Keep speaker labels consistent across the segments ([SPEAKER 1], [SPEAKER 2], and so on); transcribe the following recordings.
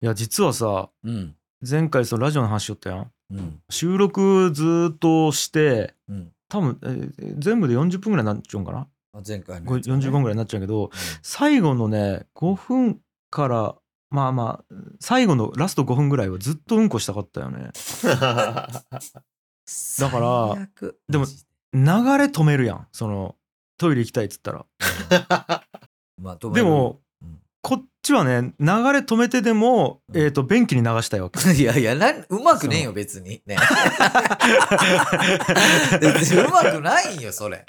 [SPEAKER 1] いや実はさ
[SPEAKER 2] うん
[SPEAKER 1] 前回そのラジオの話しよったやん
[SPEAKER 2] うん
[SPEAKER 1] 収録ずーっとして
[SPEAKER 2] うん
[SPEAKER 1] 多分えー全部で40分ぐらいになっちゃうんかな、
[SPEAKER 2] あ前回
[SPEAKER 1] ご
[SPEAKER 2] のやつね、
[SPEAKER 1] 45分ぐらいになっちゃうけど最後のね5分からまあまあ最後のラスト5分ぐらいはずっとうんこしたかったよねだから
[SPEAKER 2] 最悪
[SPEAKER 1] でも流れ止めるやんそのトイレ行きたいっつったら
[SPEAKER 2] まあ、止ま
[SPEAKER 1] で
[SPEAKER 2] る
[SPEAKER 1] も、
[SPEAKER 2] うん
[SPEAKER 1] こっちはね流れ止めてでも、
[SPEAKER 2] うん
[SPEAKER 1] えー、と便器に流したい わけ
[SPEAKER 2] いやいやなんうまくねえよ別にね別にうまくないんよそれ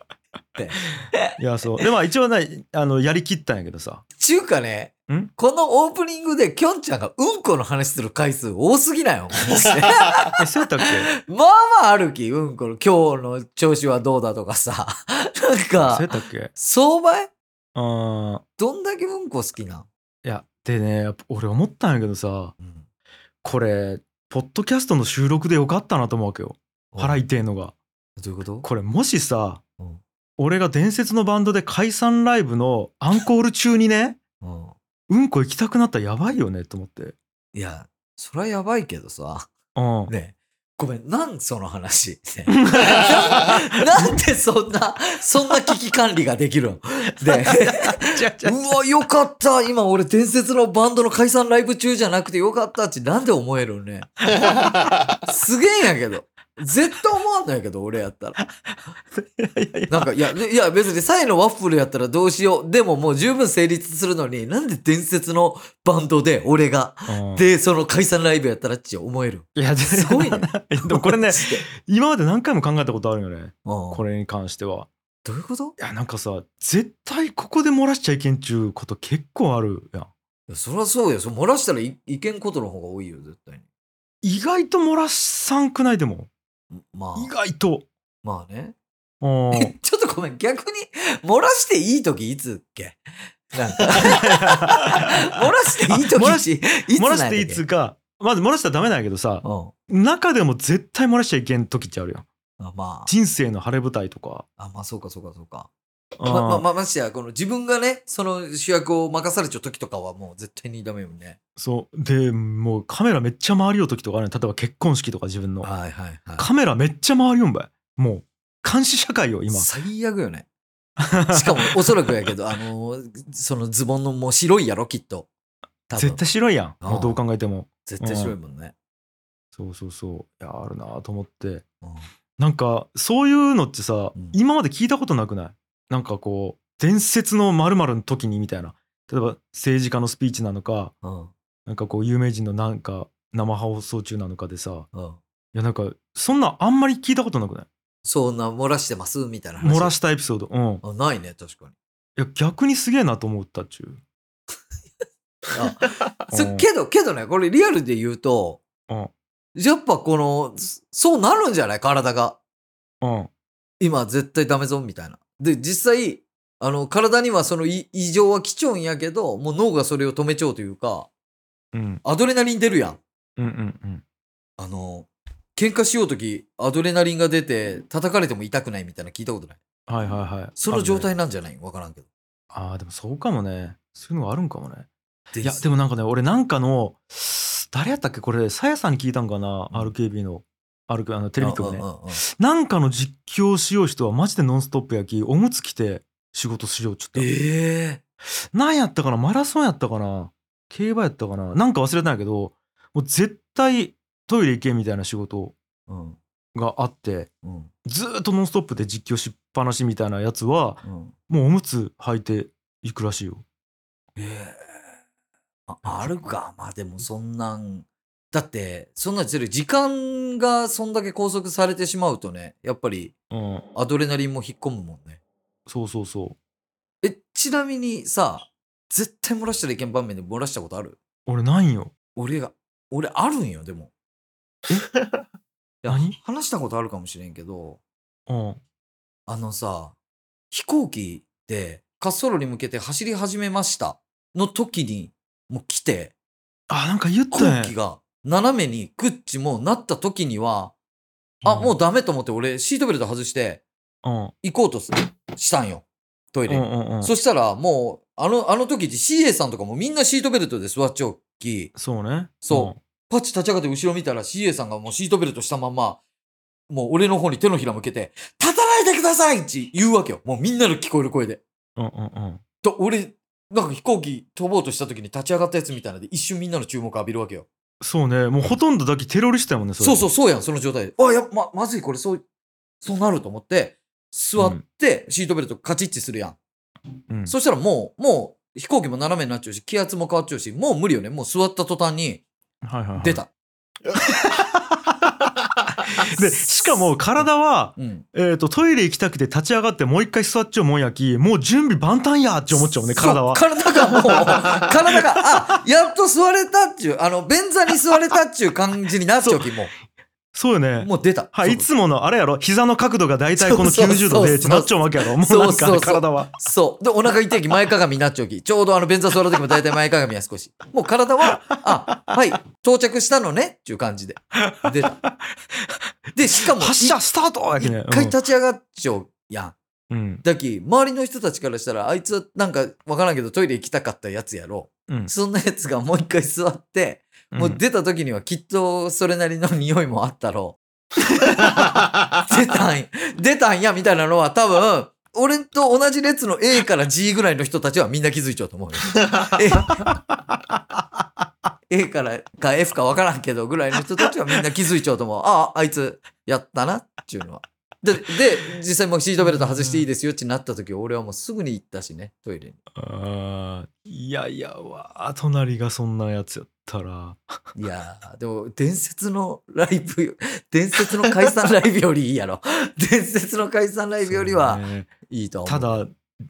[SPEAKER 1] いやそうでまあ一応ねあのやりきったんやけどさ
[SPEAKER 2] ちゅうかね
[SPEAKER 1] ん
[SPEAKER 2] このオープニングできょんちゃんがうんこの話する回数多すぎな いよ
[SPEAKER 1] えそうやったっけ
[SPEAKER 2] まあまああるきうんこの今日の調子はどうだとかさなん
[SPEAKER 1] そうや
[SPEAKER 2] か
[SPEAKER 1] ったっけ
[SPEAKER 2] 相場
[SPEAKER 1] あー
[SPEAKER 2] どんだけうんこ好きなん、
[SPEAKER 1] いやでねやっぱ俺思ったんやけどさ
[SPEAKER 2] うん、
[SPEAKER 1] これポッドキャストの収録でよかったなと思うわけよ腹痛いのが
[SPEAKER 2] どういうこと
[SPEAKER 1] これもしさ、
[SPEAKER 2] うん
[SPEAKER 1] 俺が伝説のバンドで解散ライブのアンコール中に ね
[SPEAKER 2] うん
[SPEAKER 1] うんこ行きたくなったらやばいよねと思って
[SPEAKER 2] いや、そりゃやばいけどさ。
[SPEAKER 1] うん
[SPEAKER 2] ねえごめん、なんそ の話。ねえななんでそんな、そんな危機管理ができるので、うわ、よかった今俺伝説のバンドの解散ライブ中じゃなくてよかったってなんで思えるのね。すげえんやけど。絶対思わんのやけど、俺やったら。なんか、いや、ねいや別にサイのワッフルやったらどうしよう。でももう十分成立するのに、なんで伝説のバンドで俺が。
[SPEAKER 1] うん
[SPEAKER 2] で、その解散ライブやったらっち思える。
[SPEAKER 1] いや
[SPEAKER 2] すごいね
[SPEAKER 1] でもこれね
[SPEAKER 2] マジで
[SPEAKER 1] 今まで何回も考えたことあるよね
[SPEAKER 2] うん
[SPEAKER 1] これに関しては
[SPEAKER 2] どういうことい
[SPEAKER 1] いやなんかさ絶対ここで漏らしちゃいけんちゅうこと結構あるやん
[SPEAKER 2] やそりゃそうよ。それ漏らしたらいいけんことの方が多いよ、絶対に。
[SPEAKER 1] 意外と漏らさんくないでも
[SPEAKER 2] ま
[SPEAKER 1] 意
[SPEAKER 2] あ、
[SPEAKER 1] 外と
[SPEAKER 2] まあね。
[SPEAKER 1] うん
[SPEAKER 2] ちょっとごめん、逆に、漏らしていい時いつっけ なんか漏らしていい
[SPEAKER 1] あ漏
[SPEAKER 2] 時
[SPEAKER 1] ら
[SPEAKER 2] い
[SPEAKER 1] し
[SPEAKER 2] つ い
[SPEAKER 1] 漏
[SPEAKER 2] つな
[SPEAKER 1] ら
[SPEAKER 2] んや
[SPEAKER 1] し
[SPEAKER 2] ってけ
[SPEAKER 1] いいっつうかまず漏らしたらダメなんやけどさ
[SPEAKER 2] うん。
[SPEAKER 1] 中でも絶対漏らしちゃいけん時ってあるやん
[SPEAKER 2] あまあ、
[SPEAKER 1] 人生の晴れ舞台とか
[SPEAKER 2] あ、まあ、そうか、そうか、そうか。
[SPEAKER 1] うん
[SPEAKER 2] ままあ、まあ、ましてや、この自分がね、その主役を任されちゃう時とかはもう絶対にダメよね。
[SPEAKER 1] そうでもうカメラめっちゃ回りよう時とかあるやん例えば結婚式とか自分の
[SPEAKER 2] はいはいはい。
[SPEAKER 1] カメラめっちゃ回りよんばいもう監視社会よ今
[SPEAKER 2] 最悪 よね。しかも、おそらくやけど、あのーそのズボンのもう白いやろ、きっと。多分
[SPEAKER 1] 絶対白いやん
[SPEAKER 2] うん
[SPEAKER 1] もうどう考えても
[SPEAKER 2] 絶対白いもんね。
[SPEAKER 1] そうそうそういやあるなと思って
[SPEAKER 2] うん
[SPEAKER 1] なんかそういうのってさ、
[SPEAKER 2] うん
[SPEAKER 1] 今まで聞いたことなくないなんかこう伝説の〇〇の時にみたいな例えば政治家のスピーチなのか
[SPEAKER 2] うん。
[SPEAKER 1] なんかこう有名人のなんか生放送中なのかでさ
[SPEAKER 2] うん。
[SPEAKER 1] いやなんかそんなあんまり聞いたことなくない
[SPEAKER 2] そんな漏らしてますみたいな話。
[SPEAKER 1] 漏らしたエピソードうんい
[SPEAKER 2] あないね、確かに。
[SPEAKER 1] や逆にすげえなと思ったっちゅう
[SPEAKER 2] あ そ
[SPEAKER 1] うん
[SPEAKER 2] けど、けどね、これリアルで言うと、
[SPEAKER 1] うん
[SPEAKER 2] やっぱこの、そそうなるんじゃない体が。
[SPEAKER 1] うん
[SPEAKER 2] 今絶対ダメぞ、みたいな。で、実際、あの、体にはそのい異常は来ちょんやけど、もう脳がそれを止めちゃうというか、
[SPEAKER 1] うん
[SPEAKER 2] アドレナリン出るやん。
[SPEAKER 1] うんうんうん
[SPEAKER 2] あの、喧嘩しようとき、アドレナリンが出て、叩かれても痛くないみたいな聞いたことない。
[SPEAKER 1] はいはいはい
[SPEAKER 2] その状
[SPEAKER 1] あるね
[SPEAKER 2] 態なんじゃないわからんけど。
[SPEAKER 1] あーでもそうかもねそういうのがあるんかもね
[SPEAKER 2] で
[SPEAKER 1] いやでもなんかね俺なんかの誰やったっけこれさやさんに聞いたんかな、
[SPEAKER 2] うん
[SPEAKER 1] RKB の RK あのテレビ局ね
[SPEAKER 2] うんうんうん
[SPEAKER 1] なんかの実況しよう人はマジでノンストップやきおむつ着て仕事しようちょっと、
[SPEAKER 2] ええ
[SPEAKER 1] なんやったかなマラソンやったかな競馬やったかななんか忘れたんやけどもう絶対トイレ行けみたいな仕事
[SPEAKER 2] うん
[SPEAKER 1] があって
[SPEAKER 2] うん
[SPEAKER 1] ずーっとノンストップで実況しっぱなしみたいなやつは
[SPEAKER 2] うん。
[SPEAKER 1] もうおむつ履いていくらしいよ
[SPEAKER 2] ええああるか。まあでもそんなん。だって、そんなんしてる時間がそんだけ拘束されてしまうとね、やっぱり
[SPEAKER 1] うん
[SPEAKER 2] アドレナリンも引っ込むもんね。
[SPEAKER 1] そうそうそう
[SPEAKER 2] え、ちなみにさ、絶対漏らしたらいけん場面で漏らしたことある
[SPEAKER 1] 俺ないんよ
[SPEAKER 2] 俺が、俺あるんよ、でも。いや
[SPEAKER 1] 何
[SPEAKER 2] 話したことあるかもしれんけど、
[SPEAKER 1] うん
[SPEAKER 2] あのさ、飛行機で滑走路に向けて走り始めましたの時に、もう来て、
[SPEAKER 1] あなんか言ったね
[SPEAKER 2] 空気が斜めにグッチもなった時には、あ、もうダメと思って俺シートベルト外して
[SPEAKER 1] うん、
[SPEAKER 2] 行こうとすしたんよ、トイ
[SPEAKER 1] う
[SPEAKER 2] レ
[SPEAKER 1] ん
[SPEAKER 2] に。
[SPEAKER 1] うんうん
[SPEAKER 2] そしたらもう、あの、あの時って CA さんとかもみんなシートベルトで座っちゃうき、
[SPEAKER 1] そうね。
[SPEAKER 2] そうパッチ立ち上がって後ろ見たら CA さんがもうシートベルトしたまま、もう俺の方に手のひら向けて、立たないでくださいって言うわけよ。もうみんなの聞こえる声で。
[SPEAKER 1] うん。うんうんうん。
[SPEAKER 2] と、俺、なんか飛行機飛ぼうとした時に立ち上がったやつみたいなので、一瞬みんなの注目浴びるわけよ。
[SPEAKER 1] そうね。もうほとんどだけテロリストやもんね、。
[SPEAKER 2] そうそううそうやん、その状態で。あ、やっま、まずい、これ、そう、そうなると思って、座って、シートベルトカチッチするやん。
[SPEAKER 1] うん、
[SPEAKER 2] そしたらもう、もう、飛行機も斜めになっちゃうし、気圧も変わっちゃうし、もう無理よね。もう座った途端に、
[SPEAKER 1] はいはいはい、
[SPEAKER 2] 出。た。
[SPEAKER 1] で、しかも体は、
[SPEAKER 2] うん。
[SPEAKER 1] えっ、と、トイレ行きたくて立ち上がってもう一回座っちゃうもんやき、もう準備万端やって思っちゃうもんね、体は。
[SPEAKER 2] そう体がもう、体が、あ、やっと座れたっちゅう、あの、便座に座れたっちゅう感じになっちゃうき、も
[SPEAKER 1] そうよ
[SPEAKER 2] う、
[SPEAKER 1] ね。
[SPEAKER 2] もう出た。
[SPEAKER 1] はい、いつ
[SPEAKER 2] も。
[SPEAKER 1] もの、あれやろ、膝の角度が大体この
[SPEAKER 2] そうそう
[SPEAKER 1] 90度
[SPEAKER 2] そ
[SPEAKER 1] で
[SPEAKER 2] う
[SPEAKER 1] ってなっちゃうわけやろ。もうなん
[SPEAKER 2] そうそうそ
[SPEAKER 1] か
[SPEAKER 2] う
[SPEAKER 1] 体は。
[SPEAKER 2] そう。で、お腹痛いき、前かがみになっちゃうき。ちょうどあの、便座座るときも大体前かがみや少し。もう体は、あ、はい、到着したのね、っていう感じで。出た。で、しかも、
[SPEAKER 1] 発
[SPEAKER 2] 一
[SPEAKER 1] 射スタートやきね。
[SPEAKER 2] 回立ち上がっちゃうやん。
[SPEAKER 1] うん。
[SPEAKER 2] だき、周りの人たちからしたら、あいつはなんかわからんけどトイレ行きたかったやつやろ。
[SPEAKER 1] うん。
[SPEAKER 2] そんなやつがもう一回座って、もう出た時にはきっとそれなりの匂いもあったろう。出たんや、出たんや、みたいなのは多分、俺と同じ列の A から G ぐらいの人たちはみんな気づいちゃうと思うよ。A, A からか F か分からんけどぐらいの人たちはみんな気づいちゃうと思う。ああ、あいつやったなっていうのは。で、で、実際もうシートベルト外していいですよってなった時、俺はもうすぐに行ったしね、トイレに。
[SPEAKER 1] あーいやいやわー隣がそんなやつやったら
[SPEAKER 2] いやー、でも伝説のライブよ、伝説の解散ライブよりいいやろ。伝説の解散ライブよりは
[SPEAKER 1] そうね
[SPEAKER 2] いいと思う。
[SPEAKER 1] ただ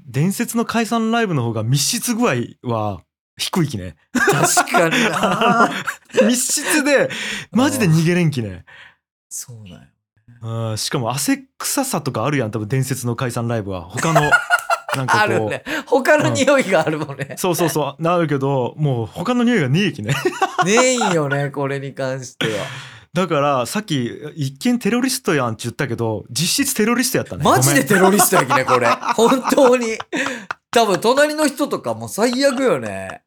[SPEAKER 1] 伝説の解散ライブの方が密室具合は低いきね
[SPEAKER 2] 確かに な。
[SPEAKER 1] 密室でマジで逃げれんきね
[SPEAKER 2] そうなんよ。
[SPEAKER 1] うんしかも汗臭さとかあるやん多分伝説の解散ライブは他 のなん
[SPEAKER 2] あ
[SPEAKER 1] か
[SPEAKER 2] る
[SPEAKER 1] こう、
[SPEAKER 2] ね。他の匂いがあるもんね。
[SPEAKER 1] そうそうそうなるけどもう他の匂いがねえきね
[SPEAKER 2] ねえんよね、これに関しては。
[SPEAKER 1] だからさっき一見テロリストやんって言ったけど実質テロリストやったね
[SPEAKER 2] マジで
[SPEAKER 1] ご
[SPEAKER 2] テロリストやきね、これ。本当に。多分、隣の人とかもう最悪よね。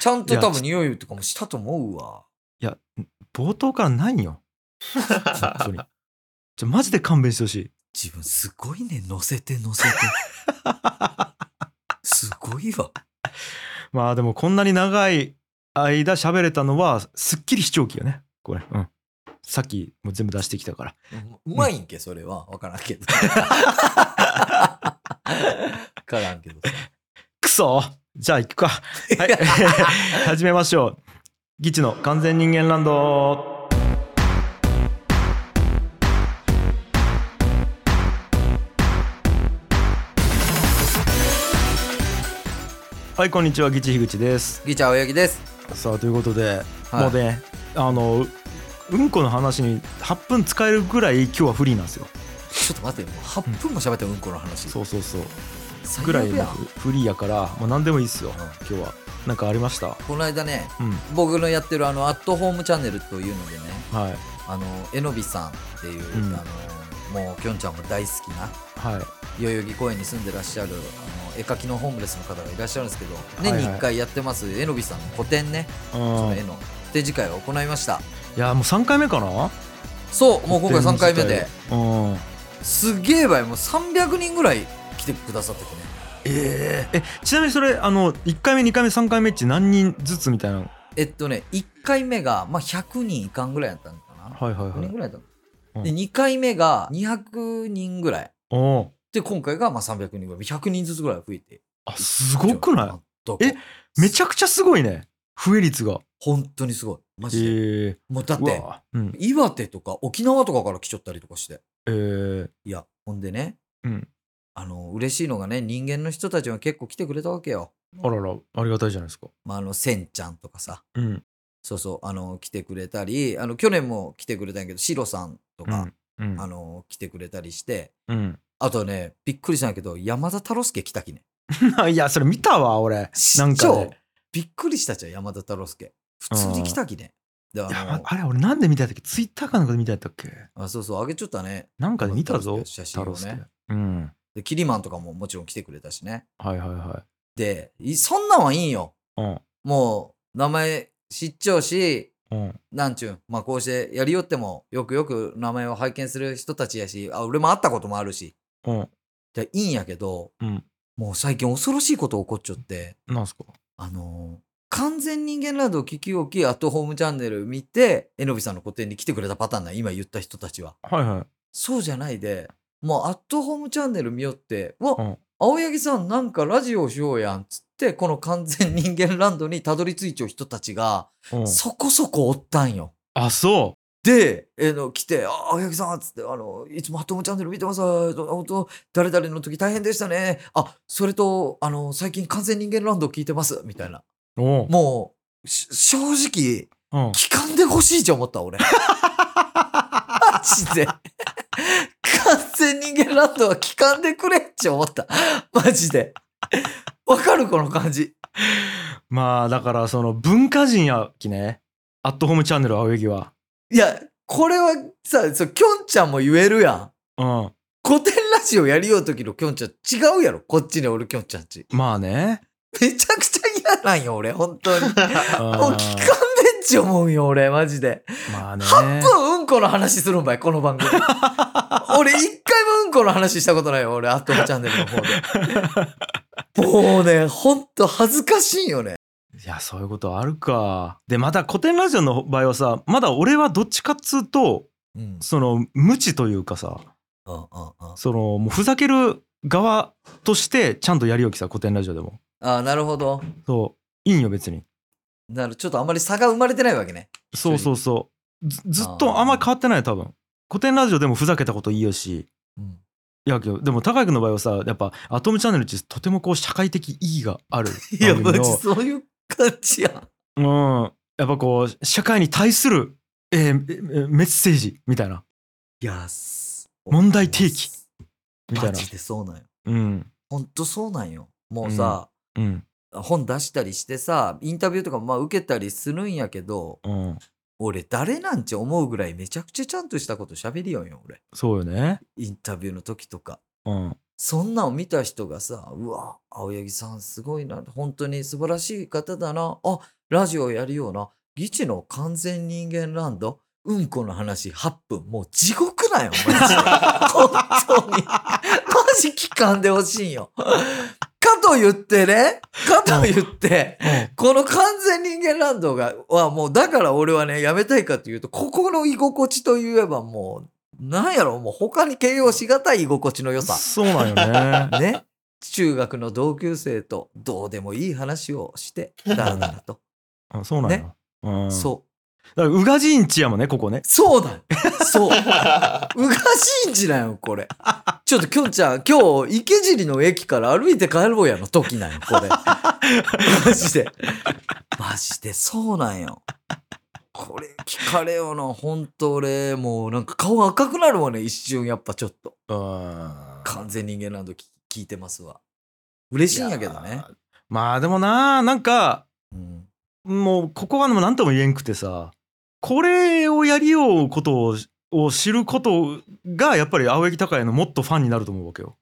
[SPEAKER 2] ちゃんと多分匂いとかもしたと思うわ。
[SPEAKER 1] めん冒頭からないん よ本当にじゃマジで勘弁してほしい
[SPEAKER 2] 自分すごいね、乗せて乗 せて。すごいわ。
[SPEAKER 1] まあでもこんなに長い間喋れたのはすっきり視聴器よねこれ、うん、さっきもう全部出してきたから
[SPEAKER 2] ううまいんけ、それは。わからんけど。わからんけどさ。
[SPEAKER 1] くそじゃあ行くかはい始めましょうギチの完全人間ランドはいこんにちはギチ樋口です
[SPEAKER 2] ギチャ青柳です。
[SPEAKER 1] さあということで
[SPEAKER 2] はい
[SPEAKER 1] もうねあのうんこの話に8分使えるぐらい今日はフリーなんですよ
[SPEAKER 2] ちょっと待って、もう8分も喋ったうんこの話。
[SPEAKER 1] そうそうそう
[SPEAKER 2] 最
[SPEAKER 1] ぐらい
[SPEAKER 2] 悪
[SPEAKER 1] の
[SPEAKER 2] やん
[SPEAKER 1] フフリーやから、まあ、何でもいいっすよ今日は何かありました
[SPEAKER 2] この間ね、
[SPEAKER 1] うん
[SPEAKER 2] 僕のやってるあの、アットホームチャンネルというのでね、
[SPEAKER 1] はい
[SPEAKER 2] あの、えのびさんっていう、
[SPEAKER 1] うん
[SPEAKER 2] あの、もう、きょんちゃんも大好きな、
[SPEAKER 1] はい
[SPEAKER 2] 代々木公園に住んでらっしゃる、あの、絵描きのホームレスの方がいらっしゃるんですけど、年に1回やってます、えのびさんの個展ね、その
[SPEAKER 1] うん
[SPEAKER 2] 絵の展示会を行いました。
[SPEAKER 1] いやもう3回目かな
[SPEAKER 2] そう、もう今回3回目で。
[SPEAKER 1] うん
[SPEAKER 2] すげえばいもう300人ぐらい来てくださっててね
[SPEAKER 1] ええちなみにそれあの1回目2回目3回目って何人ずつみたいなは
[SPEAKER 2] えっとね1回目が、まあ、100人いかんぐらいやったのかな
[SPEAKER 1] は
[SPEAKER 2] い
[SPEAKER 1] いは
[SPEAKER 2] 100人
[SPEAKER 1] い
[SPEAKER 2] ぐらいだった
[SPEAKER 1] うん
[SPEAKER 2] ので2回目が200人ぐらい
[SPEAKER 1] おお
[SPEAKER 2] で今回がまあ300人ぐらい100人ずつぐらい増えて
[SPEAKER 1] あすごくなえ
[SPEAKER 2] え
[SPEAKER 1] いめちゃくちゃすごいね増え率が
[SPEAKER 2] 本当にすごいマ
[SPEAKER 1] ええ
[SPEAKER 2] ジで、もうだっ
[SPEAKER 1] う
[SPEAKER 2] て
[SPEAKER 1] わうん
[SPEAKER 2] 岩手とか沖縄とかから来ちゃったりとかして
[SPEAKER 1] えー、
[SPEAKER 2] いやほんでね
[SPEAKER 1] うん
[SPEAKER 2] あの嬉しいのがね人間の人たちは結構来てくれたわけよ、
[SPEAKER 1] あららありがたいじゃないですか
[SPEAKER 2] まあ、あのせんちゃんとかさ
[SPEAKER 1] うん
[SPEAKER 2] そうそう、あの、来てくれたり、あの、去年も来てくれたんやけど、シロさんと
[SPEAKER 1] う
[SPEAKER 2] か、
[SPEAKER 1] んうん
[SPEAKER 2] あの、来てくれたりして、
[SPEAKER 1] うん
[SPEAKER 2] あとね、びっくりしたんやけど、山田太郎介来たきね。
[SPEAKER 1] いや、それ見たわ、俺。なんかね、
[SPEAKER 2] 超びっくりしたじゃん、山田太郎介。普通に来たきね。で、あ
[SPEAKER 1] いやま
[SPEAKER 2] の、
[SPEAKER 1] あれ、俺なんで見たやったっけツイッターかなんかで見たやったっけ
[SPEAKER 2] あそうそう、あげちゃったね。
[SPEAKER 1] なんかで見たぞ、
[SPEAKER 2] 写真をね
[SPEAKER 1] 太郎介うん。
[SPEAKER 2] で、キリマンとかももちろん来てくれたしね。
[SPEAKER 1] はいはいは
[SPEAKER 2] で、いそんなんはいいんよ。
[SPEAKER 1] い。うん。
[SPEAKER 2] もう、名前知っちゃうし、
[SPEAKER 1] うん
[SPEAKER 2] なんちゅうん、まあこうしてやりよっても、よくよく名前を拝見する人たちやし、あ、俺も会ったこともあるし、
[SPEAKER 1] うん
[SPEAKER 2] じゃいいんやけど、
[SPEAKER 1] うん
[SPEAKER 2] もう最近恐ろしいこと起こっちゃって、
[SPEAKER 1] なんすか
[SPEAKER 2] あのー完全人間ランドを聞き置き、アットホームチャンネル見て、えのびさんの個展に来てくれたパターンだ、今言った人たちは。
[SPEAKER 1] はいはい
[SPEAKER 2] そうじゃないで、もうアットホームチャンネル見よって、うわ、
[SPEAKER 1] うん
[SPEAKER 2] 青柳さんなんかラジオしようやんっつって、この完全人間ランドにたどり着いちゃう人たちが、
[SPEAKER 1] うん
[SPEAKER 2] そこそこおったんよ。
[SPEAKER 1] あそ
[SPEAKER 2] で、えの、来て、あ、青柳さんっつって、あの、いつもアットホームチャンネル見てます。あ本当誰々の時大変でしたね。あ、それと、あの、最近完全人間ランド聞いてます。みたいな。
[SPEAKER 1] うおう
[SPEAKER 2] もう、し正直、
[SPEAKER 1] うん
[SPEAKER 2] 聞かんでほしいと思った、俺。 マジで。完全人間ランドは聞かんでくれって思った。マジで。わかるこの感じ。
[SPEAKER 1] まあだからその文化人やきねアットホームチャンネル青柳はい
[SPEAKER 2] や、これはさ、そうきょんちゃんも言えるやん。
[SPEAKER 1] うん
[SPEAKER 2] 古典ラジオやりようときのきょんちゃん違うやろ。こっちにおるきょんちゃんち。
[SPEAKER 1] まあね
[SPEAKER 2] めちゃくちゃ嫌なんよ、俺。本当に。もう
[SPEAKER 1] うん
[SPEAKER 2] 聞かんでっち思うよ、俺。マジで。
[SPEAKER 1] まあね
[SPEAKER 2] 8分うんこの話するんばい、この番組。 俺、一回もうんこの話したことないよ、俺、アットホームチャンネルの方で。もうね、ほんと恥ずかしいよね。
[SPEAKER 1] いやそういうことあるかでまた古典ラジオの場合はさまだ俺はどっちかっつうと
[SPEAKER 2] うん。
[SPEAKER 1] その無知というかさ
[SPEAKER 2] うんうんうん。
[SPEAKER 1] そのもうふざける側としてちゃんとやりおきさ古典ラジオでも
[SPEAKER 2] ああ、なるほど。
[SPEAKER 1] そういいんよ別に
[SPEAKER 2] なる、ちょっとあんまり差が生まれてないわけね。
[SPEAKER 1] そうそうそうずずっと
[SPEAKER 2] あー
[SPEAKER 1] あんまり変わってないよ多分古典ラジオでもふざけたこと言いよし
[SPEAKER 2] うん。
[SPEAKER 1] いやけどでも高井君の場合はさやっぱアトムチャンネルってとてもこう社会的意義がある
[SPEAKER 2] いや、
[SPEAKER 1] 番
[SPEAKER 2] マ
[SPEAKER 1] 組
[SPEAKER 2] ジ
[SPEAKER 1] の
[SPEAKER 2] そういう感じや
[SPEAKER 1] う
[SPEAKER 2] ん。
[SPEAKER 1] ん、やっぱこう社会に対する、えーえーメッセージみたいない
[SPEAKER 2] や、す
[SPEAKER 1] 問題提起。みた
[SPEAKER 2] マ
[SPEAKER 1] いな
[SPEAKER 2] ジでそうなんよ。
[SPEAKER 1] うん
[SPEAKER 2] ほんとそうなんよ。もうさ、
[SPEAKER 1] うん
[SPEAKER 2] 本出したりしてさ、インタビューとかもまあ受けたりするんやけど、
[SPEAKER 1] うん
[SPEAKER 2] 俺誰なんち思うぐらいめちゃくちゃちゃんとしたこと喋りよんよ俺
[SPEAKER 1] そうよね
[SPEAKER 2] インタビューの時とか
[SPEAKER 1] うん
[SPEAKER 2] そんなん見た人がさうわ青柳さんすごいな本当に素晴らしい方だなあラジオやるような議地の完全人間ランドうんこの話8分もう地獄なんよマジで本当にマジ聞かんでほしいんよかと言ってねかと言ってこの完全人間ランドが、はもう、だから俺はね、やめたいかというと、ここの居心地といえばもう、なんやろ、もう他に形容しがたい居心地 の良さ。
[SPEAKER 1] そうなんよ ね
[SPEAKER 2] ね。中学の同級生とどうでもいい話をして、だらだらと。
[SPEAKER 1] うんそうなんよ、
[SPEAKER 2] ね
[SPEAKER 1] うん、
[SPEAKER 2] そう。
[SPEAKER 1] だから宇賀神地やもんねここね
[SPEAKER 2] そうだよ。そう。うがしいんじなんよ、これ。ちょっと、きょんちゃん、今日、池尻の駅から歩いて帰ろうやの時なんよ、これ。マジで。マジで、そうなんよ。これ、聞かれよな、ほんと俺、もうなんか顔赤くなるわね、一瞬、やっぱちょっと。
[SPEAKER 1] うん
[SPEAKER 2] 完全人間ランド聞聞いてますわ。嬉しいんやけど
[SPEAKER 1] い
[SPEAKER 2] ね
[SPEAKER 1] や。ーまあでもななんか
[SPEAKER 2] うん。
[SPEAKER 1] もうここはもう何とも言えんくてさこれをやりようことをを知ることがやっぱり青柳高也のもっとファンになると思うわけよ。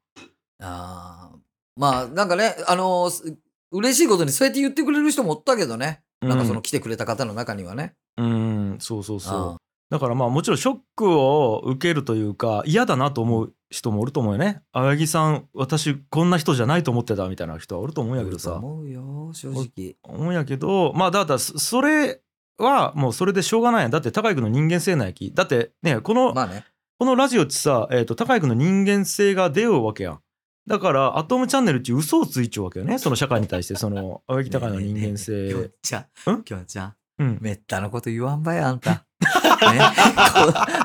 [SPEAKER 2] ああ。まあ、なんかね、あのーす嬉しいことにそうやって言ってくれる人もおったけどね。なんかその来てくれた方の中にはね。
[SPEAKER 1] うん、うんそうそうそう
[SPEAKER 2] ああ
[SPEAKER 1] だからまあもちろんショックを受けるというか嫌だなと思う人もおると思うよね青柳さん私こんな人じゃないと思ってたみたいな人はおると思うんやけど
[SPEAKER 2] と
[SPEAKER 1] さ
[SPEAKER 2] 思うよ、正直。
[SPEAKER 1] 思うんやけどまあだからそそれはもうそれでしょうがないやんだって高井君の人間性なんやきだってねこの
[SPEAKER 2] まあね。
[SPEAKER 1] このラジオってさ、えー、と高井君の人間性が出ようわけやん。だから、アトムチャンネルっていう嘘をついちゃうわけよね。その社会に対して、その、青柳高井の人間性。
[SPEAKER 2] きょんちゃん、
[SPEAKER 1] うん
[SPEAKER 2] きょんちゃん、
[SPEAKER 1] うん。
[SPEAKER 2] めったなこと言わんばや、あ んた。ね、こ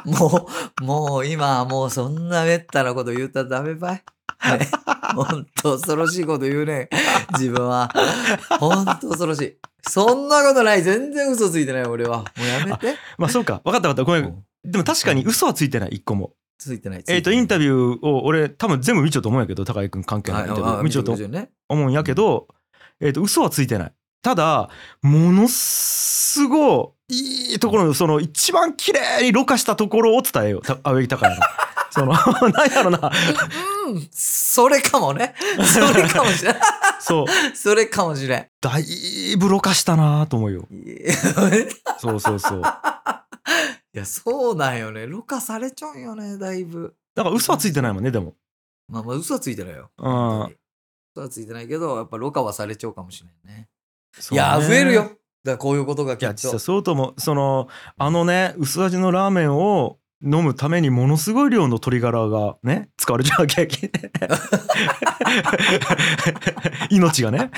[SPEAKER 2] もう、もう今、もうそんなめったなこと言ったらダメばい。ね、ほんと恐ろしいこと言うね。自分は。ほんと恐ろしい。そんなことない。全然嘘ついてない、俺は。もうやめて。
[SPEAKER 1] まあ、そうか。わかったわかった。ごめ。
[SPEAKER 2] うんん
[SPEAKER 1] でも確かに嘘はついてない、一個も。
[SPEAKER 2] ついてない。
[SPEAKER 1] えっ、と、インタ
[SPEAKER 2] ビ
[SPEAKER 1] ビューを、俺、多分全部見ちゃうと思うんやけど、高井君関係ないインタビュー。見ちゃうと
[SPEAKER 2] ね。
[SPEAKER 1] 思うんやけど、えっ、と、嘘はついてない。ただ、ものす ごい、いいところの、その、一番綺麗にろ過したところを伝えよう。た青柳高井の。そのなんやろな
[SPEAKER 2] うん、それか もね。それかもしれん。
[SPEAKER 1] そう
[SPEAKER 2] それかもしれん。
[SPEAKER 1] だいぶろ過したなと思うよ
[SPEAKER 2] いや
[SPEAKER 1] そうそうそうだ
[SPEAKER 2] いや、そうなんよね。ろ過されちゃうよね、だいぶ。
[SPEAKER 1] から嘘はついてないもんねでも
[SPEAKER 2] まあまあ、嘘はついてないよ。
[SPEAKER 1] うん
[SPEAKER 2] 本当に嘘はついてないけど、やっぱろ過はされちゃうかもしれんね。
[SPEAKER 1] そ
[SPEAKER 2] いう
[SPEAKER 1] ね
[SPEAKER 2] や、増えるよ。だからこういうことが
[SPEAKER 1] い
[SPEAKER 2] き
[SPEAKER 1] や
[SPEAKER 2] っ
[SPEAKER 1] 実は
[SPEAKER 2] と。
[SPEAKER 1] そうともそのあのね薄味のラーメンを飲むためにものすごい量の鶏ガラがね使われちゃうわけやけん 命がね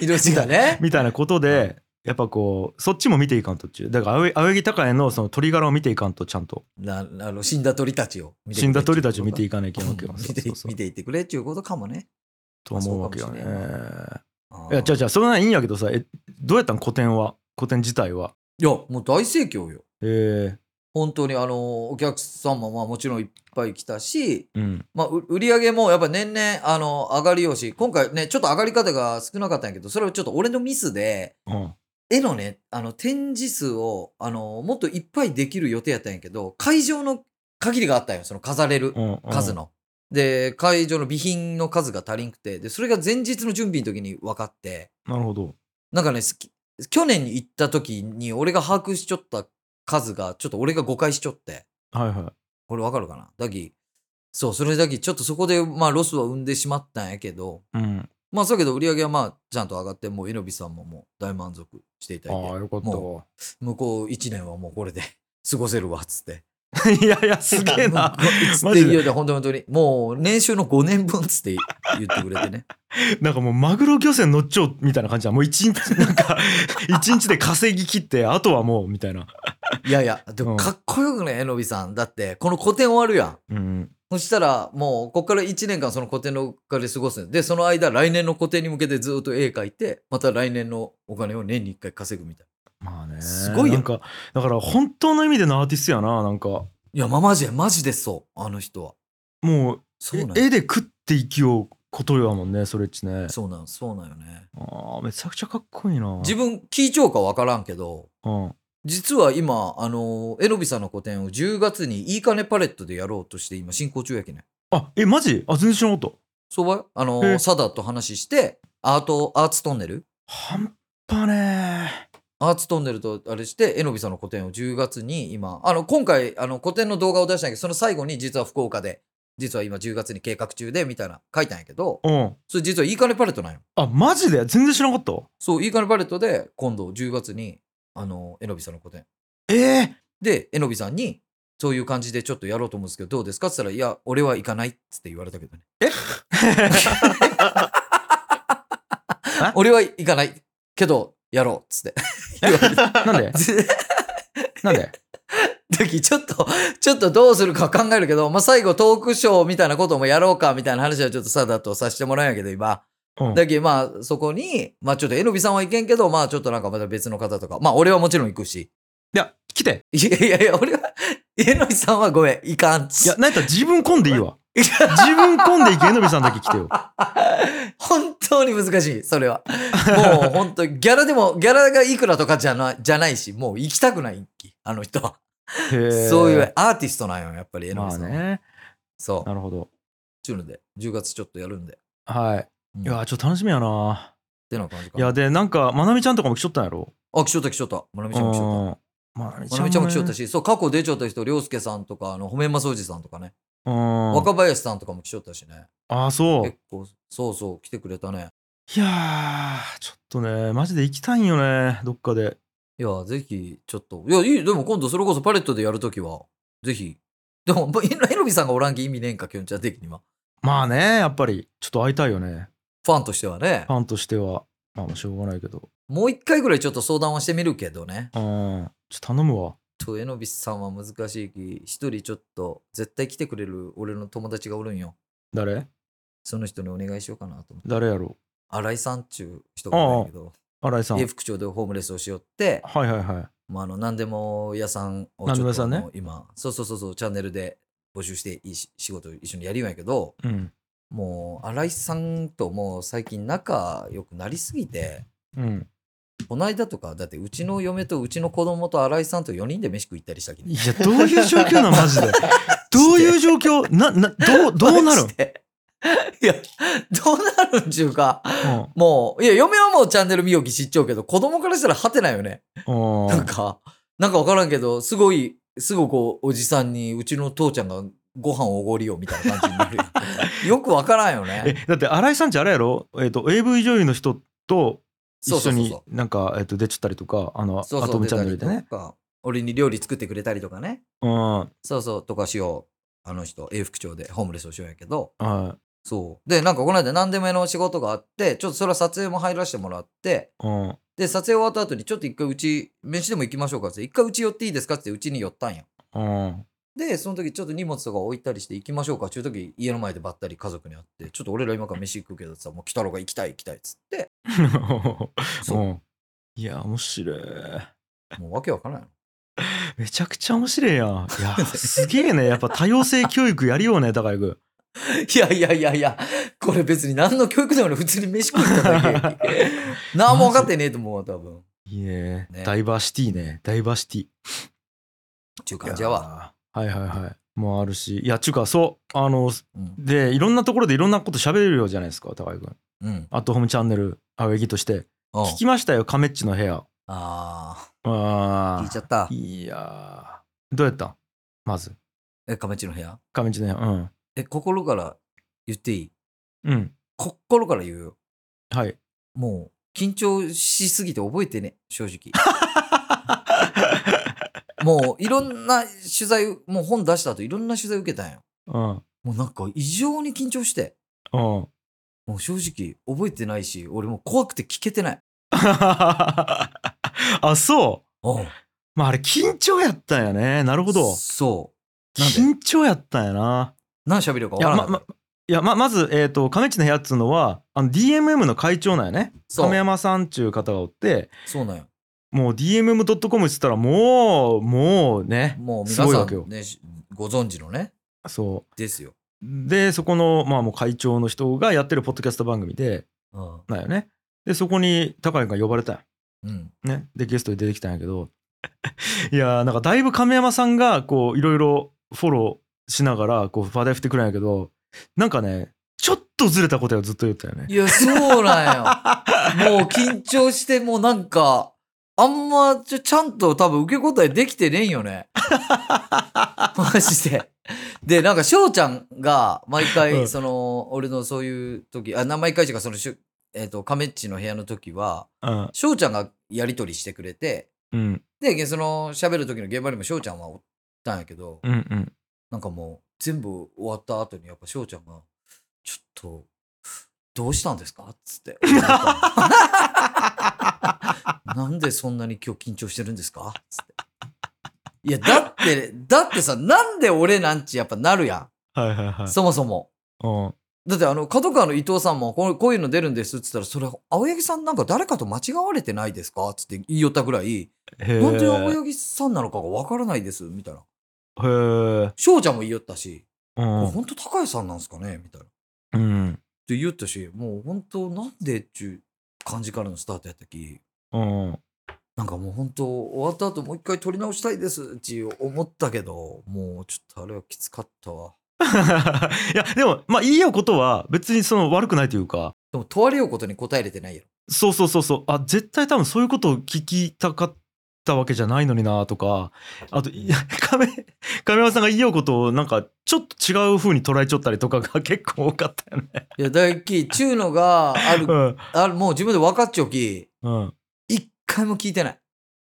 [SPEAKER 2] 命がね。
[SPEAKER 1] みたいなことでやっぱこうそっちも見ていかんとっちゅうだから青柳青柳高也のその鶏ガラを見ていかんとちゃんと
[SPEAKER 2] なあの死んだ鳥たちを見てく
[SPEAKER 1] 死
[SPEAKER 2] れ
[SPEAKER 1] んだ鳥たちを見て
[SPEAKER 2] い
[SPEAKER 1] いかないけんわけ
[SPEAKER 2] う
[SPEAKER 1] よ
[SPEAKER 2] ん
[SPEAKER 1] そ
[SPEAKER 2] 見
[SPEAKER 1] う
[SPEAKER 2] て
[SPEAKER 1] そうそう
[SPEAKER 2] 見ていってくれっていうことかもね。
[SPEAKER 1] と思うわけよね
[SPEAKER 2] そうかもしれん
[SPEAKER 1] いや
[SPEAKER 2] ゃ
[SPEAKER 1] じゃあじゃあそれはいいんやけどさえどうやったん古典は古典自体はい
[SPEAKER 2] や、もう大盛況よ。
[SPEAKER 1] え
[SPEAKER 2] 本当にあのお客さんもまあもちろんいっぱい来たし、
[SPEAKER 1] えうん
[SPEAKER 2] まあ、う売り上げもやっぱ年々あの上がりようし今回ねちょっと上がり方が少なかったんやけどそれはちょっと俺のミスで
[SPEAKER 1] うん
[SPEAKER 2] 絵のねあの展示数をあのもっといっぱいできる予定やったんやけど会場の限りがあったんよその飾れる
[SPEAKER 1] うんうん
[SPEAKER 2] 数の。で会場の備品の数が足りんくてでそれが前日の準備の時に分かって
[SPEAKER 1] なるほど
[SPEAKER 2] なんかねすき去年に行った時に俺が把握しちょった数がちょっと俺が誤解しちょって。
[SPEAKER 1] はいはい
[SPEAKER 2] これわかるかなだき、そう、それだけちょっとそこで、まあ、ロスは生んでしまったんやけど、
[SPEAKER 1] うん
[SPEAKER 2] まあ、そうやけど売り上げはまあ、ちゃんと上がって、もう、エノビさんももう大満足していた
[SPEAKER 1] あ
[SPEAKER 2] だ
[SPEAKER 1] あ
[SPEAKER 2] いて、
[SPEAKER 1] よかったわ
[SPEAKER 2] 向こう1年はもうこれで 過ごせるわ、つって。
[SPEAKER 1] いやいやすげえな
[SPEAKER 2] 向こうつ っ
[SPEAKER 1] マ
[SPEAKER 2] て
[SPEAKER 1] ジ
[SPEAKER 2] 言
[SPEAKER 1] で
[SPEAKER 2] うよで、本当に本当に。もう、年収の5年分、つって言ってくれてね。
[SPEAKER 1] なんかもうマグロ漁船乗っちゃおうみたいな感じだもう一日 なんか一日で稼ぎ切ってあとはもうみたいない
[SPEAKER 2] やいや、でもかっこよくね、エノビさん。だって、この個展終わるやん。
[SPEAKER 1] うん
[SPEAKER 2] そしたら、もう、ここから1年間その個展のお金過ごすんで、その間、来年の個展に向けてずっと絵描いて、また来年のお金を年に1回稼ぐみたい
[SPEAKER 1] まあね
[SPEAKER 2] すごいやん
[SPEAKER 1] なんかだから本当の意味でのアーティストやななんか
[SPEAKER 2] な。いや、まあ、マジで、マジでそう、あの人は。
[SPEAKER 1] もう
[SPEAKER 2] そうなん
[SPEAKER 1] 絵
[SPEAKER 2] よ。
[SPEAKER 1] で食って生きようことやもんねそれっちね
[SPEAKER 2] そうなん、そうなんよね。
[SPEAKER 1] あーめちゃくちゃかっこいいな
[SPEAKER 2] 自分、聞いちゃうかわからんけど、
[SPEAKER 1] うん
[SPEAKER 2] 実は今、あの、エノビさんの個展を10月にいいかねパレットでやろうとして、今進行中やけね。
[SPEAKER 1] あえマジあ全然知らなかった
[SPEAKER 2] そうばいあ
[SPEAKER 1] へ
[SPEAKER 2] の、
[SPEAKER 1] え
[SPEAKER 2] サダと話して、アート、アーツトンネル
[SPEAKER 1] 半端ね
[SPEAKER 2] アーツトンネルとあれして、えのびさんの個展を10月に今、あの、今回、あの、個展の動画を出したんやけど、その最後に実は福岡で、実は今10月に計画中で、みたいな書いたんやけど、
[SPEAKER 1] ーうん
[SPEAKER 2] それ実はいいかねパレットなんよ。
[SPEAKER 1] あマジで全然知らなかった
[SPEAKER 2] そう、いいかねパレットで、今度10月に、あの、えのびさんの個展。
[SPEAKER 1] ええ
[SPEAKER 2] で、えのびさんに、そういう感じでちょっとやろうと思うんですけど、どうですかって言ったら、いや、俺は行かないっつって言われたけどね。 俺は行かないけど、やろうっつって。言われた
[SPEAKER 1] なんでなん で
[SPEAKER 2] 時ちょっと、 ちょっとどうするか考えるけど、まあ、最後トークショーみたいなこともやろうかみたいな話はちょっとさだとさせてもらうんやけど、今。
[SPEAKER 1] うん
[SPEAKER 2] だけどまあ、そこに、まあ、ちょっとえのびさんはいけんけど、まあ、ちょっとなんかまた別の方とか、まあ、俺はもちろん行くし。
[SPEAKER 1] いや来て
[SPEAKER 2] いやいやいや、俺は、えのびさんはごめん、行かんっ
[SPEAKER 1] い
[SPEAKER 2] ち
[SPEAKER 1] や、。なんやったら自分混んでいいわ。自分混んでいけ、えのびさんだけ来てよ。
[SPEAKER 2] 本当に難しい、それは。も う本当、ギャラでも、ギャラがいくらとかじゃなじゃないし、もう行きたくないき、あの人は。
[SPEAKER 1] へー
[SPEAKER 2] そういうアーティストなんよ、やっぱり、えの
[SPEAKER 1] ま
[SPEAKER 2] び
[SPEAKER 1] あ
[SPEAKER 2] さんは。
[SPEAKER 1] ね。
[SPEAKER 2] そう。
[SPEAKER 1] なるほど。
[SPEAKER 2] ちゅうので、10月ちょっとやるんで。
[SPEAKER 1] はい。
[SPEAKER 2] う
[SPEAKER 1] い
[SPEAKER 2] ん
[SPEAKER 1] や、ちょっと楽しみやな。
[SPEAKER 2] ってな感じか
[SPEAKER 1] い
[SPEAKER 2] な。
[SPEAKER 1] や、で、なんか、まなみちゃんとかも来ちょったんやろ。
[SPEAKER 2] あ、来ちょった来ちょった。まなみちゃんも来ちょっ
[SPEAKER 1] うんまなみ
[SPEAKER 2] た。まなみちゃんも来ちょった
[SPEAKER 1] し。
[SPEAKER 2] し、そう、過去出ちょった人、りょうすけさんとか、あの、ほめんまそうじさんとかね、
[SPEAKER 1] うん
[SPEAKER 2] 若林さんとかも来ちょったしね。
[SPEAKER 1] ああ、そう。
[SPEAKER 2] 結構、そうそう、来てくれたね。
[SPEAKER 1] いやー、ちょっとね、マジで行きたいんよね、どっかで。
[SPEAKER 2] いや、ぜひ、ちょっと。いや、いい、でも今度それこそパレットでやるときは、ぜひ。でも、まえのえのびさんがおらんき意味ねえんか、きょんちゃん的には。
[SPEAKER 1] まあね、やっぱり、ちょっと会いたいよね。
[SPEAKER 2] ファンとしてはね
[SPEAKER 1] フ。ァンとしては。まあ、しょうがないけど。
[SPEAKER 2] もう一回ぐらいちょっと相談はしてみるけどね。
[SPEAKER 1] うん。ちょっと頼むわ。
[SPEAKER 2] ちょっと、えのびさんは難しいき、一人ちょっと、絶対来てくれる俺の友達がおるんよ。
[SPEAKER 1] 誰
[SPEAKER 2] その人にお願いしようかなと思って。
[SPEAKER 1] 誰やろ
[SPEAKER 2] 新井さんっちゅう人がいるんやけど、
[SPEAKER 1] う新井さん。
[SPEAKER 2] 家福町でホームレスをしよって、
[SPEAKER 1] はいはいはい。
[SPEAKER 2] まあ、あの何でも屋さんを
[SPEAKER 1] 何で
[SPEAKER 2] ちょ
[SPEAKER 1] も
[SPEAKER 2] っ
[SPEAKER 1] 屋
[SPEAKER 2] と
[SPEAKER 1] さ
[SPEAKER 2] あ
[SPEAKER 1] んね
[SPEAKER 2] の今そうそうそうそうチャンネルで募集していいし仕事を一緒にやりようんやけど
[SPEAKER 1] うん。
[SPEAKER 2] もう新井さんともう最近仲良くなりすぎて
[SPEAKER 1] うん。
[SPEAKER 2] この間とか、だってうちの嫁とうちの子供と新井さんと4人で飯食い行ったりしたき
[SPEAKER 1] いや、どういう状況 なのマジで。どういう状況な、な、どう、どうなるん、
[SPEAKER 2] マジでいや、どうなるんちゅうか。
[SPEAKER 1] うん
[SPEAKER 2] もう、いや、嫁はもうチャンネル見よき知っちゃうけど、子供からしたら果てないよね。
[SPEAKER 1] うん
[SPEAKER 2] なんか、なんかわからんけど、すごい、すごいこう、おじさんに、うちの父ちゃんがご飯おごりよ、みたいな感じになる よ。よくわからんよ
[SPEAKER 1] え
[SPEAKER 2] ね。
[SPEAKER 1] だって新井さんちあれやろ、えっと AV 女優の人と一
[SPEAKER 2] そうそ
[SPEAKER 1] 緒
[SPEAKER 2] うそう
[SPEAKER 1] に
[SPEAKER 2] そう
[SPEAKER 1] なんか、えっと出ちゃったりとかあの
[SPEAKER 2] そう
[SPEAKER 1] ア
[SPEAKER 2] そ
[SPEAKER 1] ト
[SPEAKER 2] う、
[SPEAKER 1] ムチャンネルで
[SPEAKER 2] 出た
[SPEAKER 1] ね
[SPEAKER 2] り、とか俺に料理作ってくれたりとかね。
[SPEAKER 1] うんは
[SPEAKER 2] そうそう、とかしよう。あの人、永福町でホームレスをしようやけど。
[SPEAKER 1] い
[SPEAKER 2] そう。で、なんかこの間何でも屋の仕事があって、ちょっとそれは撮影も入らせてもらって、
[SPEAKER 1] うん
[SPEAKER 2] で、撮影終わった後に、ちょっと一回うち、飯でも行きましょうかって、一回うち寄っていいですかってうちに寄ったんよ。
[SPEAKER 1] うん
[SPEAKER 2] で、その時ちょっと荷物とか置いたりして行きましょうかっていう時、家の前でばったり家族に会って、ちょっと俺ら今から飯行くけどさ、もう来たろが行きたい行きたいっつって、そううん
[SPEAKER 1] いや面白い
[SPEAKER 2] もうわけわからない
[SPEAKER 1] めちゃくちゃ面白いやんいやすげえねやっぱ多様性教育やるよね高井君
[SPEAKER 2] いやいやいやいや、これ別に何の教育でもない、普通に飯食っただけやき。 何も分かってねえと思うわ、多分。
[SPEAKER 1] いいね
[SPEAKER 2] ね
[SPEAKER 1] ダイバーシティねダイバーシティ
[SPEAKER 2] ちゅう感じやわ。
[SPEAKER 1] いやーはいはいはいもうあるしいやちゅうかそうあの
[SPEAKER 2] うん。
[SPEAKER 1] でいろんなところでいろんなこと喋れるようじゃないですか高井君
[SPEAKER 2] うん。
[SPEAKER 1] アットホームチャンネルアウェギとして
[SPEAKER 2] うん
[SPEAKER 1] 聞きましたよカメッチの部屋
[SPEAKER 2] ああ、聞
[SPEAKER 1] あ
[SPEAKER 2] いちゃった
[SPEAKER 1] あ。いやーどうやったんまず
[SPEAKER 2] え、亀地の部屋
[SPEAKER 1] カメッチの部屋
[SPEAKER 2] え、心から言っていい
[SPEAKER 1] うんうん
[SPEAKER 2] 心から言うよ。
[SPEAKER 1] はい
[SPEAKER 2] もう、緊張しすぎて覚えてね、正直。もう、いろんな取材、もう本出した後、いろんな取材受けたんよ。
[SPEAKER 1] うん
[SPEAKER 2] もうなんか、異常に緊張して。
[SPEAKER 1] うん
[SPEAKER 2] もう正直、覚えてないし、俺もう怖くて聞けてない。
[SPEAKER 1] あそう
[SPEAKER 2] うん。
[SPEAKER 1] まああれ緊張やったんやねなるほど
[SPEAKER 2] そう。なんで
[SPEAKER 1] 緊張やったんやな
[SPEAKER 2] 何喋るか
[SPEAKER 1] い
[SPEAKER 2] 分か
[SPEAKER 1] や
[SPEAKER 2] らな
[SPEAKER 1] ま
[SPEAKER 2] い。ま
[SPEAKER 1] まいやままず、えー、とカメッチの部屋っつうのはあの DMM の会長なんやね
[SPEAKER 2] そう
[SPEAKER 1] 亀山さんっちゅう方がおって
[SPEAKER 2] そうなんよ。
[SPEAKER 1] もう DMM.com っつったらもうもうね
[SPEAKER 2] もう
[SPEAKER 1] す
[SPEAKER 2] 皆
[SPEAKER 1] ごい
[SPEAKER 2] さ
[SPEAKER 1] わけよ
[SPEAKER 2] ん、ね、しご存知のね、
[SPEAKER 1] そう
[SPEAKER 2] ですよ。
[SPEAKER 1] でそこの、まあ、もう会長の人がやってるポッドキャスト番組で
[SPEAKER 2] うん。
[SPEAKER 1] なんよねでそこに高井君が呼ばれたんよ
[SPEAKER 2] うん。
[SPEAKER 1] ねでゲストで出てきたんやけど いやーなんかだいぶ亀山さんがこういろいろフォローしながらこう話題振ってくれんやけどなんかねちょっとずれたことをずっと言ったよね
[SPEAKER 2] いや、そうなんよ。もう緊張して、もうなんか、あんまちょちゃんと多分受け答えできてねえんよ ね。マジで。で、なんか翔ちゃんが毎
[SPEAKER 1] う
[SPEAKER 2] 回、
[SPEAKER 1] ん
[SPEAKER 2] その、俺のそういう時、あ、な毎回というか、そのしゅ、えっ、と、亀っちの部屋の時は、
[SPEAKER 1] うん
[SPEAKER 2] 翔ちゃんがやりとりしてくれて、
[SPEAKER 1] うん
[SPEAKER 2] で、その、喋る時の現場にも翔ちゃんはおったんやけど、
[SPEAKER 1] うんうん
[SPEAKER 2] なんかもう全部終わった後にやっぱ翔ちゃんが「ちょっとどうしたんですか?」っつって「なんでそんなに今日緊張してるんですか?」っつって「いやだってだってさなんで俺なんちやっぱなるや
[SPEAKER 1] はいはいは
[SPEAKER 2] ん
[SPEAKER 1] い
[SPEAKER 2] そもそも」
[SPEAKER 1] うん
[SPEAKER 2] だってあの角川の伊藤さんもこうこういうの出るんですっつったら「それ青柳さんなんか誰かと間違われてないですか?」っつって言いよったぐらい「
[SPEAKER 1] へえ
[SPEAKER 2] 本当に青柳さんなのかがわからないです」みたいな
[SPEAKER 1] へえ
[SPEAKER 2] 翔ちゃんも言いよったし
[SPEAKER 1] う
[SPEAKER 2] これ
[SPEAKER 1] ん
[SPEAKER 2] 本当高橋さんなんすかねみたいな。っ
[SPEAKER 1] うん
[SPEAKER 2] て言ったし、もう本当なんでっちゅう感じからのスタートやったき、
[SPEAKER 1] うん
[SPEAKER 2] なんかもう本当終わった後もう一回撮り直したいですっていう思ったけど、もうちょっとあれはきつかったわ。
[SPEAKER 1] いやでもまあいいよことは別にその悪くないというか
[SPEAKER 2] でも問われようことに答えれてないやろ。
[SPEAKER 1] そうそうそうそうあ絶対多分そういうことを聞きたかったわけじゃないのになとかあといや 亀亀山さんが言おうことをなんかちょっと違う風に捉えちゃったりとかが 結構多かったよね。
[SPEAKER 2] いや、大きい、ちゅうのがあ
[SPEAKER 1] う
[SPEAKER 2] る、
[SPEAKER 1] ん
[SPEAKER 2] ある、もう自分で分かっちゃうき、
[SPEAKER 1] うん、
[SPEAKER 2] 一回も聞いてない。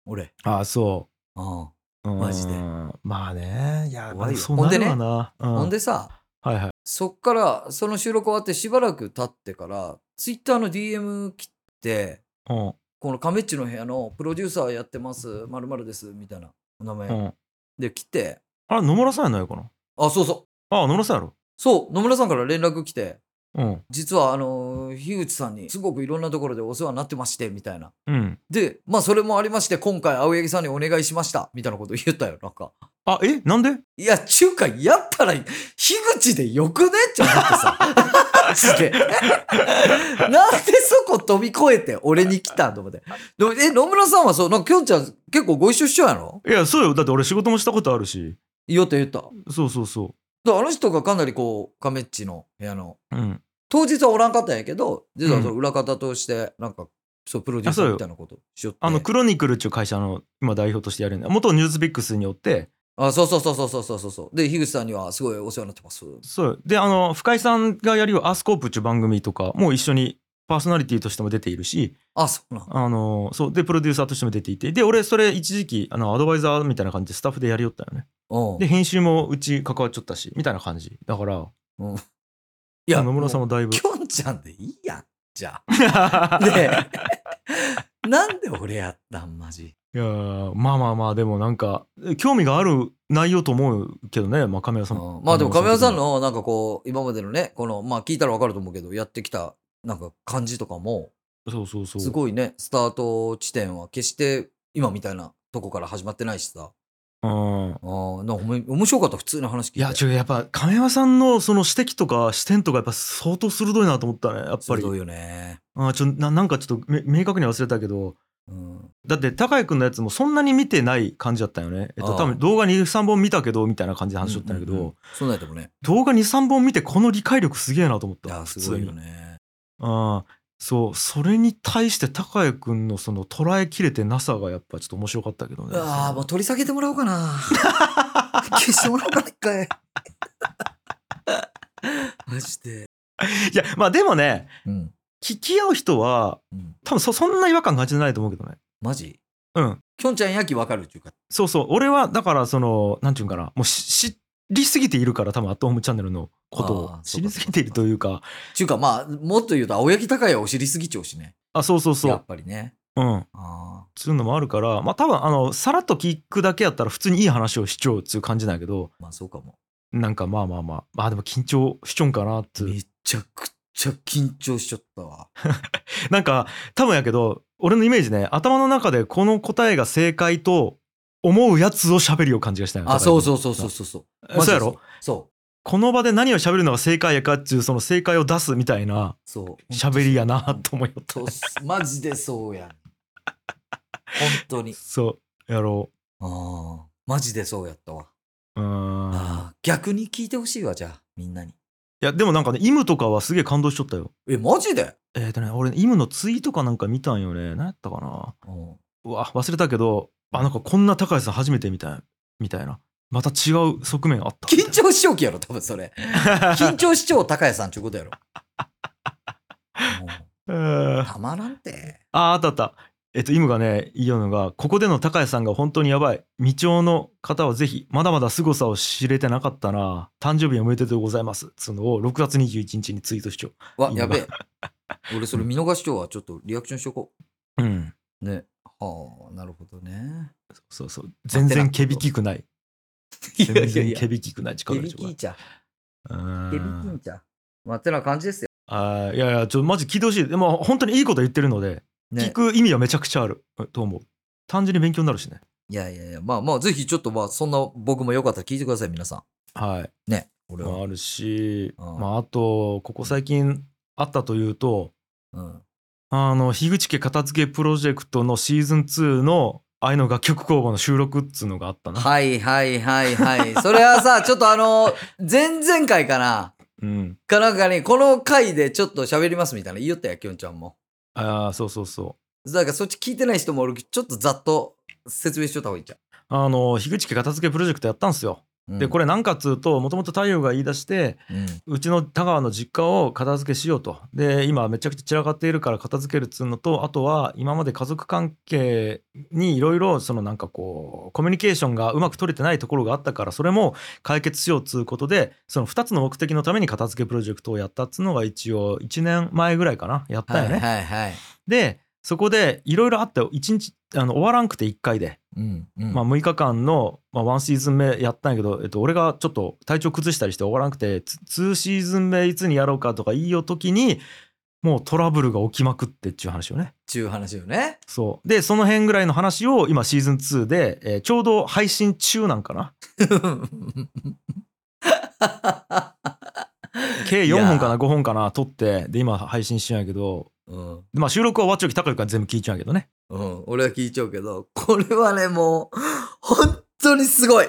[SPEAKER 2] 俺。
[SPEAKER 1] あそ
[SPEAKER 2] うん。
[SPEAKER 1] う、うん
[SPEAKER 2] マジで
[SPEAKER 1] まあねいや
[SPEAKER 2] 怖いよ
[SPEAKER 1] そうなるわな。う
[SPEAKER 2] ほんでさ、
[SPEAKER 1] はいはい
[SPEAKER 2] そっから、その収録終わってしばらく経ってから、ツイッターの DM 切って、
[SPEAKER 1] うん
[SPEAKER 2] この亀っちの部屋のプロデューサーやってます、まるです、みたいなお名前、
[SPEAKER 1] うん、
[SPEAKER 2] で来て、
[SPEAKER 1] あれ野村さんやないかな
[SPEAKER 2] あ、そうそう、
[SPEAKER 1] あ野村さんやろ。
[SPEAKER 2] そう、野村さんから連絡来て、
[SPEAKER 1] うん
[SPEAKER 2] 実はあのー、樋口さんにすごくいろんなところでお世話になってまして、みたいな。
[SPEAKER 1] うん、
[SPEAKER 2] で、まあそれもありまして、今回青柳さんにお願いしました、みたいなこと言ったよ、なんか。
[SPEAKER 1] あえなんで
[SPEAKER 2] いや、中華、やっぱり、樋口でよくねって 思ってさ。マ ジで。なんでそこ飛び越えて俺に来たんと思って。でもえ、野村さんはそう、なんかきょんちゃん結構ご一緒しちゃうやろ
[SPEAKER 1] いやそうよだって俺仕事もしたことあるし
[SPEAKER 2] 言おうと言った。だか
[SPEAKER 1] そうそうそ
[SPEAKER 2] らあの人がかなりこう、亀っちの部屋の、
[SPEAKER 1] ううん
[SPEAKER 2] 当日はおらんかったんやけど、実はその裏方として、なんか、そう、プロデューサーみたいなことしよって。
[SPEAKER 1] あのクロニクルっていう会社の今代表としてやるんだ元ニュースピックスにおって
[SPEAKER 2] あ、そうそうそうそうそうそうそう。で、樋口さんにはすごいお世話になってます。
[SPEAKER 1] そうであの深井さんがやるよ「アースコープ」っていう番組とかもう一緒にパーソナリティとしても出ているし
[SPEAKER 2] あ、そうなん。
[SPEAKER 1] あのそうでプロデューサーとしても出ていてで俺それ一時期あのアドバイザーみたいな感じでスタッフでやりよったよね
[SPEAKER 2] うん
[SPEAKER 1] で。編集もうち関わっちゃったしみたいな感じだから
[SPEAKER 2] うんい
[SPEAKER 1] 野村さん
[SPEAKER 2] も
[SPEAKER 1] もだいうぶ
[SPEAKER 2] きょんちゃ んでいいやん。じゃあ。
[SPEAKER 1] い
[SPEAKER 2] で、 なんで俺やったんマジ。
[SPEAKER 1] やーまあまあまあでもなんか興味がある内容と思うけどね、まあ、亀山
[SPEAKER 2] う
[SPEAKER 1] さん
[SPEAKER 2] んまあでも亀山さんのなんかこう、今までのね、この、まあ聞いたらわかると思うけど、やってきたなんか感じとかも、
[SPEAKER 1] そうそうそう
[SPEAKER 2] すごいね、スタート地点は決して今みたいなとこから始まってないしさ。
[SPEAKER 1] うん
[SPEAKER 2] あーなんかおも面白かった、普通の話聞いて。
[SPEAKER 1] いや違うやっぱ亀山さんのその指摘とか視点とかやっぱ相当鋭いなと思ったねやっぱり
[SPEAKER 2] 鋭いよね。
[SPEAKER 1] あーちょななんかちょっとめ明確に忘れたけど
[SPEAKER 2] うん。
[SPEAKER 1] だって高井君のやつもそんなに見てない感じだったよね、えっ
[SPEAKER 2] あ
[SPEAKER 1] と、
[SPEAKER 2] あ
[SPEAKER 1] 多分動画23本見たけどみたいな感じで話しとったんだけど、
[SPEAKER 2] うううそうなんやったもんね。
[SPEAKER 1] 動画23本見てこの理解力すげえなと思っ
[SPEAKER 2] い
[SPEAKER 1] た
[SPEAKER 2] や、すごい
[SPEAKER 1] 普
[SPEAKER 2] よ
[SPEAKER 1] 通に
[SPEAKER 2] ね。
[SPEAKER 1] ああそうそれに対して高井君のその捉えきれてなさがやっぱちょっと面白かったけどね
[SPEAKER 2] ああ、もう取り下げてもらおうか な。消してもらおうかな、一回。 マジで。
[SPEAKER 1] いやまあでもね
[SPEAKER 2] うん。
[SPEAKER 1] 聞き合う人は
[SPEAKER 2] うん。
[SPEAKER 1] 多分そそんな違和感感じてないと思うけどね
[SPEAKER 2] マジ
[SPEAKER 1] うん
[SPEAKER 2] きょんちゃんやきわかるっていうか。
[SPEAKER 1] そうそう俺はだからそのなんていうんかなもうし知りすぎているから多分アットホームチャンネルのことを
[SPEAKER 2] あー
[SPEAKER 1] 知りすぎているというか
[SPEAKER 2] ちゅうか、まあ、もっと言うと、青柳高也を知りすぎちゃうしね。
[SPEAKER 1] あそうそうそ
[SPEAKER 2] や
[SPEAKER 1] う
[SPEAKER 2] っぱりね。
[SPEAKER 1] うん
[SPEAKER 2] あ
[SPEAKER 1] そういうのもあるからまあ多分あのさらっと聞くだけやったら普通にいい話をしちゃうっていう感じなんやけど
[SPEAKER 2] あ、まあそうかも。
[SPEAKER 1] なんかまあまあまあまあでも緊張しちょんかなっていう
[SPEAKER 2] めちゃくちゃ緊張しちゃったわ。
[SPEAKER 1] なんか多分やけど俺のイメージね頭の中でこの答えが正解と思うやつを喋るよう感じがしたんや
[SPEAKER 2] あ、そうそうそうそうそうそう。マジ
[SPEAKER 1] そ
[SPEAKER 2] で
[SPEAKER 1] うやろ
[SPEAKER 2] そう。
[SPEAKER 1] この場で何を喋るのが正解やかっていうその正解を出すみたいな
[SPEAKER 2] そう。
[SPEAKER 1] 喋りやなと思いよった
[SPEAKER 2] そうっすマジでそうやん。本当に。
[SPEAKER 1] そうやろ
[SPEAKER 2] ああ、マジでそうやったわ。
[SPEAKER 1] ううーん
[SPEAKER 2] ああ逆に聞いてほしいわじゃあみんなに
[SPEAKER 1] いやでもなんかねイムとかはすげえ感動しちゃったよ
[SPEAKER 2] えマジで、
[SPEAKER 1] えっ、とね俺イムのツイートかなんか見たんよね何やったかな
[SPEAKER 2] うん、
[SPEAKER 1] うわ忘れたけどあなんかこんな高橋さん初めてみたいみたいなまた違う側面あった
[SPEAKER 2] 緊張しちゃうきやろ多分 それ緊張しちゃう高谷さんちゅうことやろも
[SPEAKER 1] え
[SPEAKER 2] う
[SPEAKER 1] ー
[SPEAKER 2] たまらんて
[SPEAKER 1] ああったあったえっとイムがね言いようのがここでの高橋さんが本当にやばい未調の方はぜひまだまだ凄さを知れてなかったな誕生日おめでとうございますつうのを6月21日にツイートしちゃ
[SPEAKER 2] わ
[SPEAKER 1] いいな
[SPEAKER 2] やべえ俺それ見逃しちゃうわちょっとリアクションしとこ
[SPEAKER 1] ううん
[SPEAKER 2] うねはあなるほどね
[SPEAKER 1] そうそう全然けびきくない
[SPEAKER 2] い
[SPEAKER 1] 全然けびきくない
[SPEAKER 2] ケ
[SPEAKER 1] 力
[SPEAKER 2] ビ
[SPEAKER 1] でしょ
[SPEAKER 2] キーちゃん
[SPEAKER 1] うーん
[SPEAKER 2] ケビキーちゃんまあてな感じですよ
[SPEAKER 1] あーいやいやちょっとマジ聞いてほしいでも本当にいいこと言ってるので、聞
[SPEAKER 2] ね
[SPEAKER 1] く意味はめちゃくちゃあると思う単純に勉強になるしね
[SPEAKER 2] いやいやいやまあまあぜひちょっとまあそんな僕もよかったら聞いてください皆さ
[SPEAKER 1] はい
[SPEAKER 2] んね俺
[SPEAKER 1] まあ
[SPEAKER 2] は、
[SPEAKER 1] あるし
[SPEAKER 2] うん
[SPEAKER 1] まあ、あとここ最近あったというと
[SPEAKER 2] うん、
[SPEAKER 1] あの樋口家片付けプロジェクトのシーズン2の愛の楽曲工房の収録っつうのがあったな、
[SPEAKER 2] はいはいはいはい。それはさ、ちょっとあの、前々回かな。
[SPEAKER 1] うん
[SPEAKER 2] かなんかね、この回でちょっと喋りますみたいな言いよったや、きょんちゃんも。
[SPEAKER 1] あーそうそうそう
[SPEAKER 2] だからそっち聞いてない人もおるけど、ちょっとざっと説明しとった方がいいじゃ
[SPEAKER 1] あの樋口家片付けプロジェクトやったんですよ、
[SPEAKER 2] ん。うん、
[SPEAKER 1] でこれ何かっつうともともと太陽が言い出して
[SPEAKER 2] れ、うん。
[SPEAKER 1] うちの田川の実家を片付けしようとで今めちゃくちゃ散らかっているから片付けるっつうのとあとは今まで家族関係にいろいろそのなんかこうコミュニケーションがうまく取れてないところがあったからそれも解決しようっつうことでその2つの目的のために片付けプロジェクトをやったっつうのが一応1年前ぐらいかなやったよ
[SPEAKER 2] は
[SPEAKER 1] ね。
[SPEAKER 2] いはいはい。
[SPEAKER 1] でそこでいろいろあって1日あの終わらんくて1回で、
[SPEAKER 2] うん。うん
[SPEAKER 1] まあ、6日間の、まあ、1シーズン目やったんやけど、えっと、俺がちょっと体調崩したりして終わらなくてつ2シーズン目いつにやろうかとか言いよう時にもうトラブルが起きまくってっていう話よね。
[SPEAKER 2] ちゅう話よね。
[SPEAKER 1] そうでその辺ぐらいの話を今シーズン2で、えーちょうど配信中なんかな計
[SPEAKER 2] いや
[SPEAKER 1] 4本かな5本かな撮ってで今配信してんやけど、
[SPEAKER 2] うん。
[SPEAKER 1] まあ、収録は終わっちゃうき高いから全部聞いちゃうんやけどね
[SPEAKER 2] うん。俺は聞いちゃうけど、これはね、もう、本当にすごい。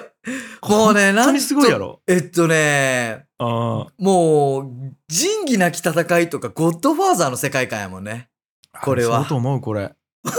[SPEAKER 2] もうね、
[SPEAKER 1] 本
[SPEAKER 2] な
[SPEAKER 1] 当
[SPEAKER 2] ん
[SPEAKER 1] にすごいやろ
[SPEAKER 2] えっとね、
[SPEAKER 1] あ
[SPEAKER 2] もう、仁義なき戦いとか、ゴッドファーザーの世界観やもんね。
[SPEAKER 1] ー
[SPEAKER 2] これは
[SPEAKER 1] そうと思うこれ
[SPEAKER 2] マ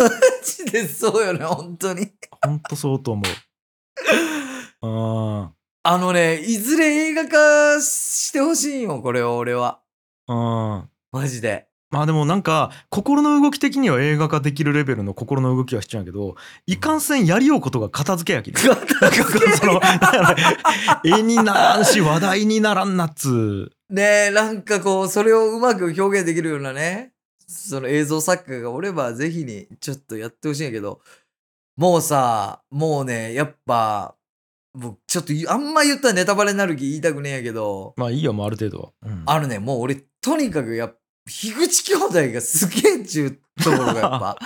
[SPEAKER 2] ジでそうよね、本当に。
[SPEAKER 1] ほんとそうと思 ううん
[SPEAKER 2] あのね、いずれ映画化してほしいよ、これを俺は。
[SPEAKER 1] うん
[SPEAKER 2] マジで。
[SPEAKER 1] まあでもなんか心の動き的には映画化できるレベルの心の動きはしちゃうんやけどいかんせんやりようことが片付けやきね そのだから絵にならんし話題にならんなっつ
[SPEAKER 2] ねえ、なんかこう、それをうまく表現できるようなね、その映像作家がおれば、ぜひにちょっとやってほしいんやけど、もうさ、もうね、やっぱ、僕、ちょっとあんま言ったらネタバレになる気言いたくねえんやけど、
[SPEAKER 1] まあいいよもうある程度は、うん
[SPEAKER 2] あのね、もう俺、とにかくやっぱ、樋口兄弟がすげえっちゅうところがやっぱ、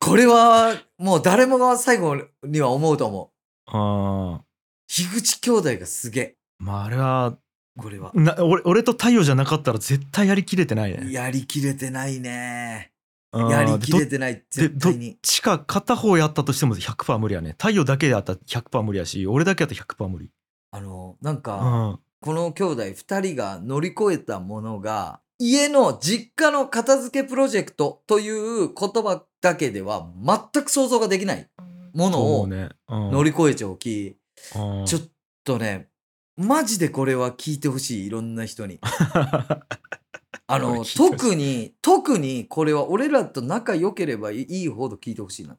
[SPEAKER 2] これはもう誰もが最後には思うと思う。
[SPEAKER 1] あ
[SPEAKER 2] 樋口兄弟がすげえ、
[SPEAKER 1] ーまああれは
[SPEAKER 2] これは。
[SPEAKER 1] な俺俺と太陽じゃなかったら絶対やりきれてないね
[SPEAKER 2] やりきれてないね。
[SPEAKER 1] うん
[SPEAKER 2] やりきれ
[SPEAKER 1] どって
[SPEAKER 2] ない、絶対に。
[SPEAKER 1] ちか片方やったとしても100%無理やね太陽だけであったら100%無理やし俺だけやったら100%無理
[SPEAKER 2] あの、なん
[SPEAKER 1] う
[SPEAKER 2] か、
[SPEAKER 1] ん
[SPEAKER 2] この兄弟2人が乗り越えたものが、家の実家の片付けプロジェクトという言葉だけでは全く想像ができないも
[SPEAKER 1] と
[SPEAKER 2] の
[SPEAKER 1] 思う
[SPEAKER 2] を
[SPEAKER 1] ねうん
[SPEAKER 2] 乗り越えておき、
[SPEAKER 1] うん
[SPEAKER 2] ちょっとね、マジでこれは聞いてほしい、いろん な人に。
[SPEAKER 1] これ聞いて
[SPEAKER 2] あの、
[SPEAKER 1] ほしい
[SPEAKER 2] 特に、特にこれは俺らと仲良ければいいほど聞いてほしいな。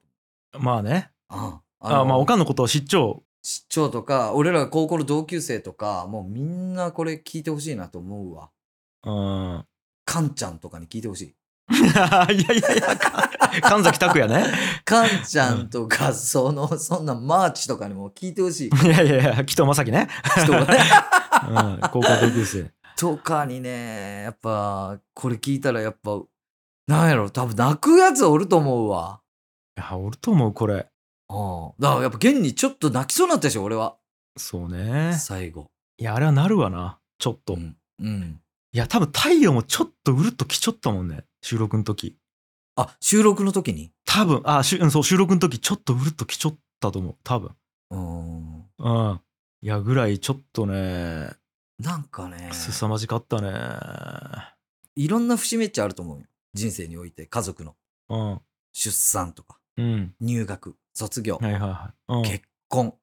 [SPEAKER 1] まあね
[SPEAKER 2] あ
[SPEAKER 1] あまあお
[SPEAKER 2] ん
[SPEAKER 1] かんのことを知っちゃう
[SPEAKER 2] 市長とか、俺らが高校の同級生とか、もうみんなこれ聞いてほしいなと思うわ。
[SPEAKER 1] うん
[SPEAKER 2] カンちゃんとかに聞いてほしい。
[SPEAKER 1] いやいやいやか 神崎拓也ね
[SPEAKER 2] カンちゃんとか、その、そんなマーチとかにも聞いてほしい
[SPEAKER 1] いやいやいや紀藤正樹ね、
[SPEAKER 2] 人 がね。
[SPEAKER 1] うん、高校同級生
[SPEAKER 2] とかにね、やっぱ、これ聞いたらやっぱ、なんやろ、多分泣くやつおると思うわ。
[SPEAKER 1] いやおると思うこれ
[SPEAKER 2] うん。だからやっぱ現にちょっと泣きそうになったでしょ、俺は。
[SPEAKER 1] そうね
[SPEAKER 2] 最後。
[SPEAKER 1] いやあれはなるわなちょっと、
[SPEAKER 2] う
[SPEAKER 1] い
[SPEAKER 2] ん。うん。
[SPEAKER 1] や多分太陽もちょっとうるっときちょったもんね収録の時
[SPEAKER 2] あ、収録の時に
[SPEAKER 1] 多分あしゅうんそう収録の時ちょっとうるっときちょったと思う多分
[SPEAKER 2] うん。
[SPEAKER 1] うんいやぐらいちょっとね
[SPEAKER 2] なんかね。
[SPEAKER 1] 凄まじかったね
[SPEAKER 2] いろんな節目っちゃあると思うよ。人生において、家族の
[SPEAKER 1] うん
[SPEAKER 2] 出産とか、
[SPEAKER 1] うん
[SPEAKER 2] 入学、卒業、
[SPEAKER 1] はいはいはい
[SPEAKER 2] 結婚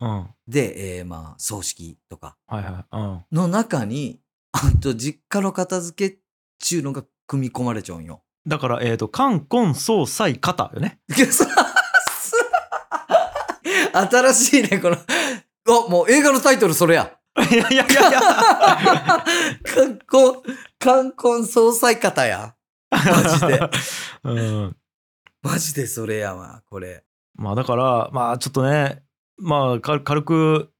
[SPEAKER 1] うん、うん、は
[SPEAKER 2] で、えーまあ、葬式とか
[SPEAKER 1] いはいうん
[SPEAKER 2] の中に、あと実家の片付けっちゅうのが組み込まれちゃうんよ。
[SPEAKER 1] だからえっ、ー、と「冠婚葬祭型」よね
[SPEAKER 2] いやさす新しいね、この。あ、もう映画のタイトルそれや。
[SPEAKER 1] いやいやいやいや
[SPEAKER 2] 冠婚、冠婚葬祭方や。マジで。
[SPEAKER 1] うん
[SPEAKER 2] マジでそれやわ、これ。
[SPEAKER 1] まあだからまあちょっとねまあか軽く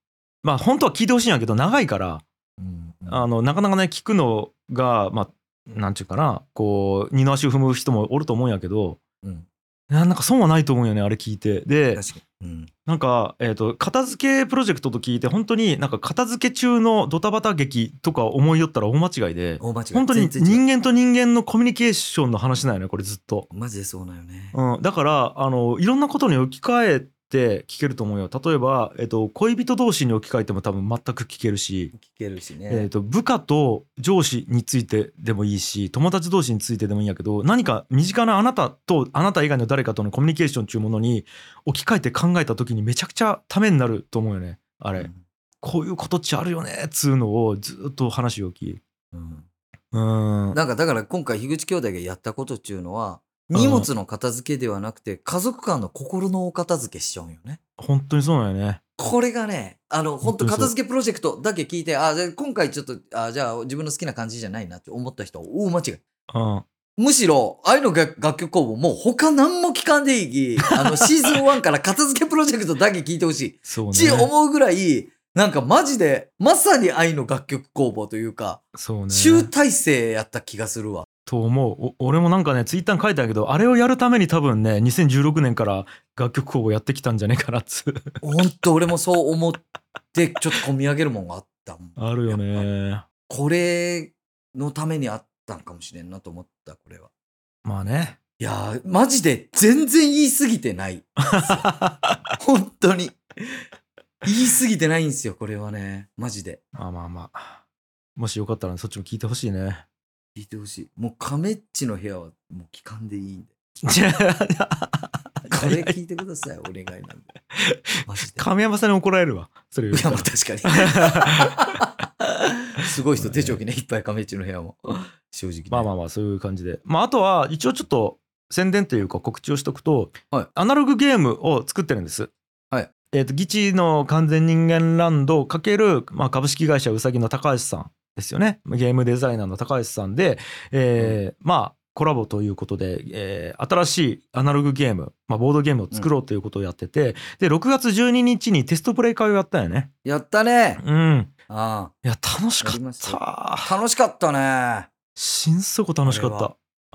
[SPEAKER 1] まあ本当は聞いてほしいんやけど長いから
[SPEAKER 2] うん
[SPEAKER 1] あのなかなかね聞くのがまあなんちゅうかなこう二の足を踏む人もおると思うんやけど
[SPEAKER 2] うん、
[SPEAKER 1] ななんか損はないと思うんよねあれ聞いてで
[SPEAKER 2] 確かに。うん
[SPEAKER 1] なんか、えー、と片付けプロジェクトと聞いて本当になんか片付け中のドタバタ劇とか思いよったら大間違いで
[SPEAKER 2] 大間違い
[SPEAKER 1] 本当に
[SPEAKER 2] 全然違う
[SPEAKER 1] 人間と人間のコミュニケーションの話なんよねこれずっと。
[SPEAKER 2] マジでそうなんよね。
[SPEAKER 1] うん、だからあのいろんなことに置き換えて聞けると思うよ例えば、えっと、恋人同士に置き換えても多分全く聞けるし、
[SPEAKER 2] 聞けるしね。
[SPEAKER 1] えっと、部下と上司についてでもいいし友達同士についてでもいいんやけど何か身近なあなたとあなた以外の誰かとのコミュニケーションっていうものに置き換えて考えた時にめちゃくちゃためになると思うよねあれ、
[SPEAKER 2] うん
[SPEAKER 1] こういうことっちあるよねっつうのをずっと話を聞き
[SPEAKER 2] うん
[SPEAKER 1] うん
[SPEAKER 2] なんかだから今回樋口兄弟がやったことっていうのは
[SPEAKER 1] うん
[SPEAKER 2] 荷物の片付けではなくて家族間の心のお片付けしちゃうんよね。
[SPEAKER 1] 本当にそうなんよね
[SPEAKER 2] これがね、あの、本当
[SPEAKER 1] 本当にそう
[SPEAKER 2] 片付けプロジェクトだけ聞いて、あ、じゃあ今回ちょっと、あ、じゃあ自分の好きな感じじゃないなって思った人、大間違い。
[SPEAKER 1] うん
[SPEAKER 2] むしろ、ああいうの楽楽曲工房、もう他何も聞かんでいいき、 あの、シーズン1から片付けプロジェクトだけ聞いてほしい。
[SPEAKER 1] そうね
[SPEAKER 2] ち思うぐらい、なんかマジで、まさに愛の楽曲工房というか、
[SPEAKER 1] そうね
[SPEAKER 2] 集大成やった気がするわ。
[SPEAKER 1] と思うお俺もなんかねツイッターに書いてあるけどあれをやるために多分ね2016年から楽曲公募やってきたんじゃねえかなっつ
[SPEAKER 2] ほんと俺もそう思ってちょっと込み上げるもんがあったもん
[SPEAKER 1] あるよ
[SPEAKER 2] やっぱ
[SPEAKER 1] ね
[SPEAKER 2] これのためにあったんかもしれんなと思ったこれは
[SPEAKER 1] まあね
[SPEAKER 2] いやーマジで全然言い過ぎてない本当に言い過ぎてないんですよこれはねマジで
[SPEAKER 1] まあまあまあもしよかったらねそっちも聞いてほしいね
[SPEAKER 2] 聞いてほしいもうカメッチの部屋はもう期間でいいんで
[SPEAKER 1] じゃあ
[SPEAKER 2] これ聞いてくださいお願いなんでマジで
[SPEAKER 1] 亀山さんに怒られるわそれ
[SPEAKER 2] い
[SPEAKER 1] 言った
[SPEAKER 2] や、
[SPEAKER 1] ら
[SPEAKER 2] まあ確か に。すごい人、手帳記ね、いっぱい亀一の部屋も。正直、ね。
[SPEAKER 1] まあまあまあそういう感じで、まあ、あとは一応ちょっと宣伝というか告知をしとくと、
[SPEAKER 2] はい
[SPEAKER 1] アナログゲームを作ってるんです。
[SPEAKER 2] はい
[SPEAKER 1] えー、とギチの完全人間ランド×、まあ、株式会社うさぎの高橋さんですよねゲームデザイナーの高橋さんで、えーまあコラボということで、えー新しいアナログゲーム、まあ、ボードゲームを作ろうということをやってて、で6月12日にテストプレイ会をやったよね。
[SPEAKER 2] やったね。
[SPEAKER 1] うん、
[SPEAKER 2] あ
[SPEAKER 1] いや楽しか
[SPEAKER 2] やり
[SPEAKER 1] っ
[SPEAKER 2] ましたあ楽しかったね。
[SPEAKER 1] 心底楽しかった。
[SPEAKER 2] あ
[SPEAKER 1] あ
[SPEAKER 2] あ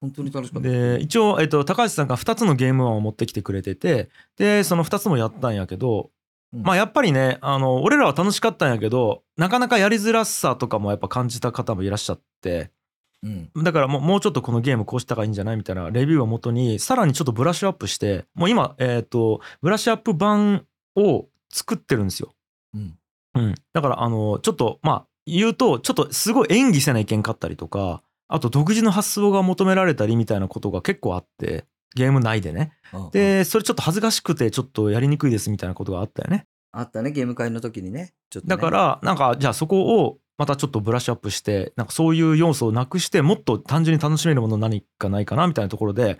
[SPEAKER 2] 本当に楽しかった。
[SPEAKER 1] で一応、えっと、高橋さんが2つのゲーム案を持ってきてくれててでその2つもやったんやけど、
[SPEAKER 2] うん
[SPEAKER 1] まあやっぱりねあの俺らは楽しかったんやけどなかなかやりづらさとかもやっぱ感じた方もいらっしゃって
[SPEAKER 2] うん。
[SPEAKER 1] だからもうもうちょっとこのゲームこうした方がいいんじゃないみたいなレビューをもとにさらにちょっとブラッシュアップしてもう今、えっとブラッシュアップ版を作ってるんですよ。
[SPEAKER 2] うん。
[SPEAKER 1] うん、だからあのちょっとまあ言うとちょっとすごい演技せないけんかったりとかあと独自の発想が求められたりみたいなことが結構あってゲーム内でね
[SPEAKER 2] うん、
[SPEAKER 1] でそれちょっと恥ずかしくてちょっとやりにくいですみたいなことがあったよね
[SPEAKER 2] あったね、ゲーム会の時にね。ちょっとね
[SPEAKER 1] だか、らなんかじゃあそこをまたちょっとブラッシュアップしてなんかそういう要素をなくしてもっと単純に楽しめるもの何かないかなみたいなところで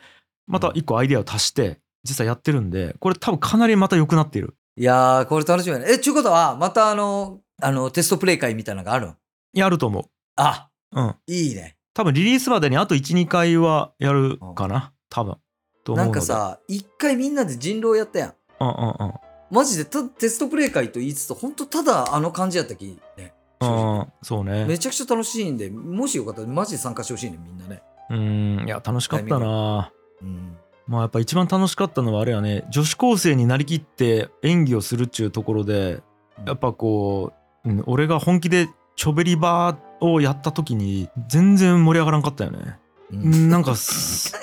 [SPEAKER 1] また一個アイデアを足して実際やってるんでこれ多分かなりまた良くなっている
[SPEAKER 2] いやー、これ楽しみだね。え、ちゅうことは、またあの、あの、テストプレイ会みたいなのがあるの
[SPEAKER 1] やると思
[SPEAKER 2] あ、
[SPEAKER 1] ううん
[SPEAKER 2] いいね。
[SPEAKER 1] 多分リリースまでにあと12回はやるかな多分と思
[SPEAKER 2] な
[SPEAKER 1] うの
[SPEAKER 2] ん
[SPEAKER 1] で
[SPEAKER 2] かさ、一回みんなで人狼やったやん。
[SPEAKER 1] うんうんうん
[SPEAKER 2] マジでたテストプレイ会と言いつつ、本当ただあの感じやったき、ね。
[SPEAKER 1] うんそうね
[SPEAKER 2] めちゃくちゃ楽しいんで、もしよかったらマジで参加してほしいね、みんなね。
[SPEAKER 1] うんいや楽しかった
[SPEAKER 2] タイミン
[SPEAKER 1] な
[SPEAKER 2] うん。
[SPEAKER 1] まあやっぱ一番楽しかったのはあれやね女子高生になりきって演技をするっちゅうところでやっぱこう、うん俺が本気でチョベリバーをやった時に全然盛り上がらんかったよね、
[SPEAKER 2] う
[SPEAKER 1] うんん、なんかす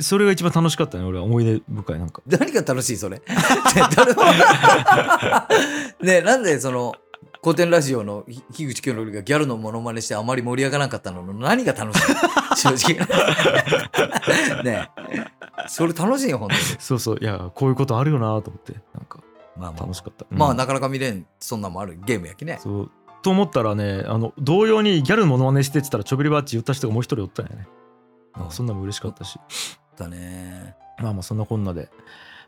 [SPEAKER 1] それが一番楽しかったね俺は思い出深いなんか
[SPEAKER 2] 何が楽しい、それ。 ね誰も。 ねなんでその、古典ラジオのひ樋口清則がギャルのモノマネしてあまり盛り上がらなかったのの何が楽しい 正直。 ねそれ楽しいよ、本当に。
[SPEAKER 1] そうそういやこういうことあるよなと思ってなんか
[SPEAKER 2] まあまあ
[SPEAKER 1] 楽。しかった、
[SPEAKER 2] まあ、
[SPEAKER 1] うん
[SPEAKER 2] なかなか見れん、そんなんもあるゲームやきね。
[SPEAKER 1] そうと思ったらねあの同様にギャルのモノマネしてって言ったらちょびりバッチ言った人がもう一人おったんやね、
[SPEAKER 2] うん
[SPEAKER 1] そんなのも嬉しかったし
[SPEAKER 2] だね。
[SPEAKER 1] まあまあそんなこんなで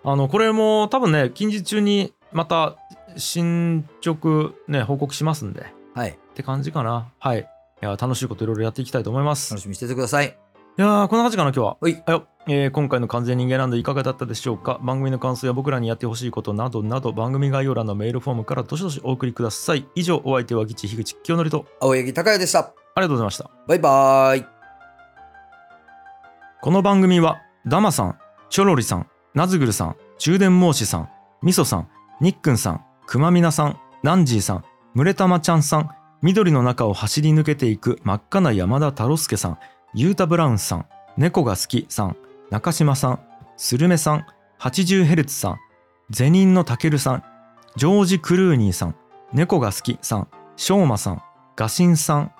[SPEAKER 1] あのこれも多分ね近日中にまた進捗ね報告しますんでっ
[SPEAKER 2] はい。
[SPEAKER 1] て感じかなはいいや楽しいこといろいろやっていきたいと思います
[SPEAKER 2] 楽しみにしててください。
[SPEAKER 1] いやーこんな感じかな今日は
[SPEAKER 2] はい
[SPEAKER 1] あよえー今回の完全人間ランドいかがだったでしょうか番組の感想や僕らにやってほしいことなどなど番組概要欄のメールフォームからどしどしお送りください以上お相手は吉樋口清則と
[SPEAKER 2] 青柳高也でした。
[SPEAKER 1] ありがとうございました
[SPEAKER 2] バイバーイ。
[SPEAKER 1] この番組はダマさん、チョロリさん、ナズグルさん、中電申しさん、ミソさん、ニックンさん、クマミナさん、ナンジーさん、ムレタマちゃんさん、緑の中を走り抜けていく真っ赤な山田太郎介さん、ユータブラウンさん、猫が好きさん、中島さん、スルメさん、80Hz さん、ゼニンのたけるさん、ジョージ・クルーニーさん、猫が好きさん、ショーマさん、ガシンさん、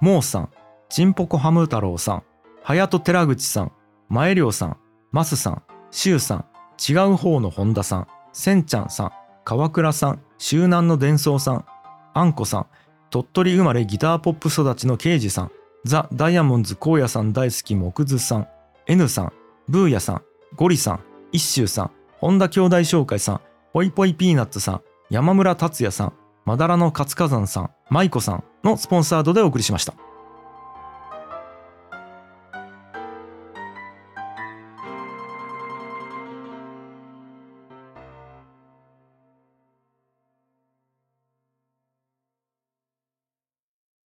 [SPEAKER 1] モーさん、チンポコハム太郎さん、ハヤト寺口さん、前涼さん、マスさん、シュウさん、違う方の本田さん、センちゃんさん、川倉さん、周南の伝送さん、あんこさん、鳥取生まれギターポップ育ちの刑事さん、ザ・ダイヤモンズ荒野さん大好き木津さん、N さん、ブーヤさん、ゴリさん、一周さん、本田兄弟紹介さん、ぽいぽいピーナッツさん、山村達也さん、まだらの活火山さん、舞子さんのスポンサードでお送りしました。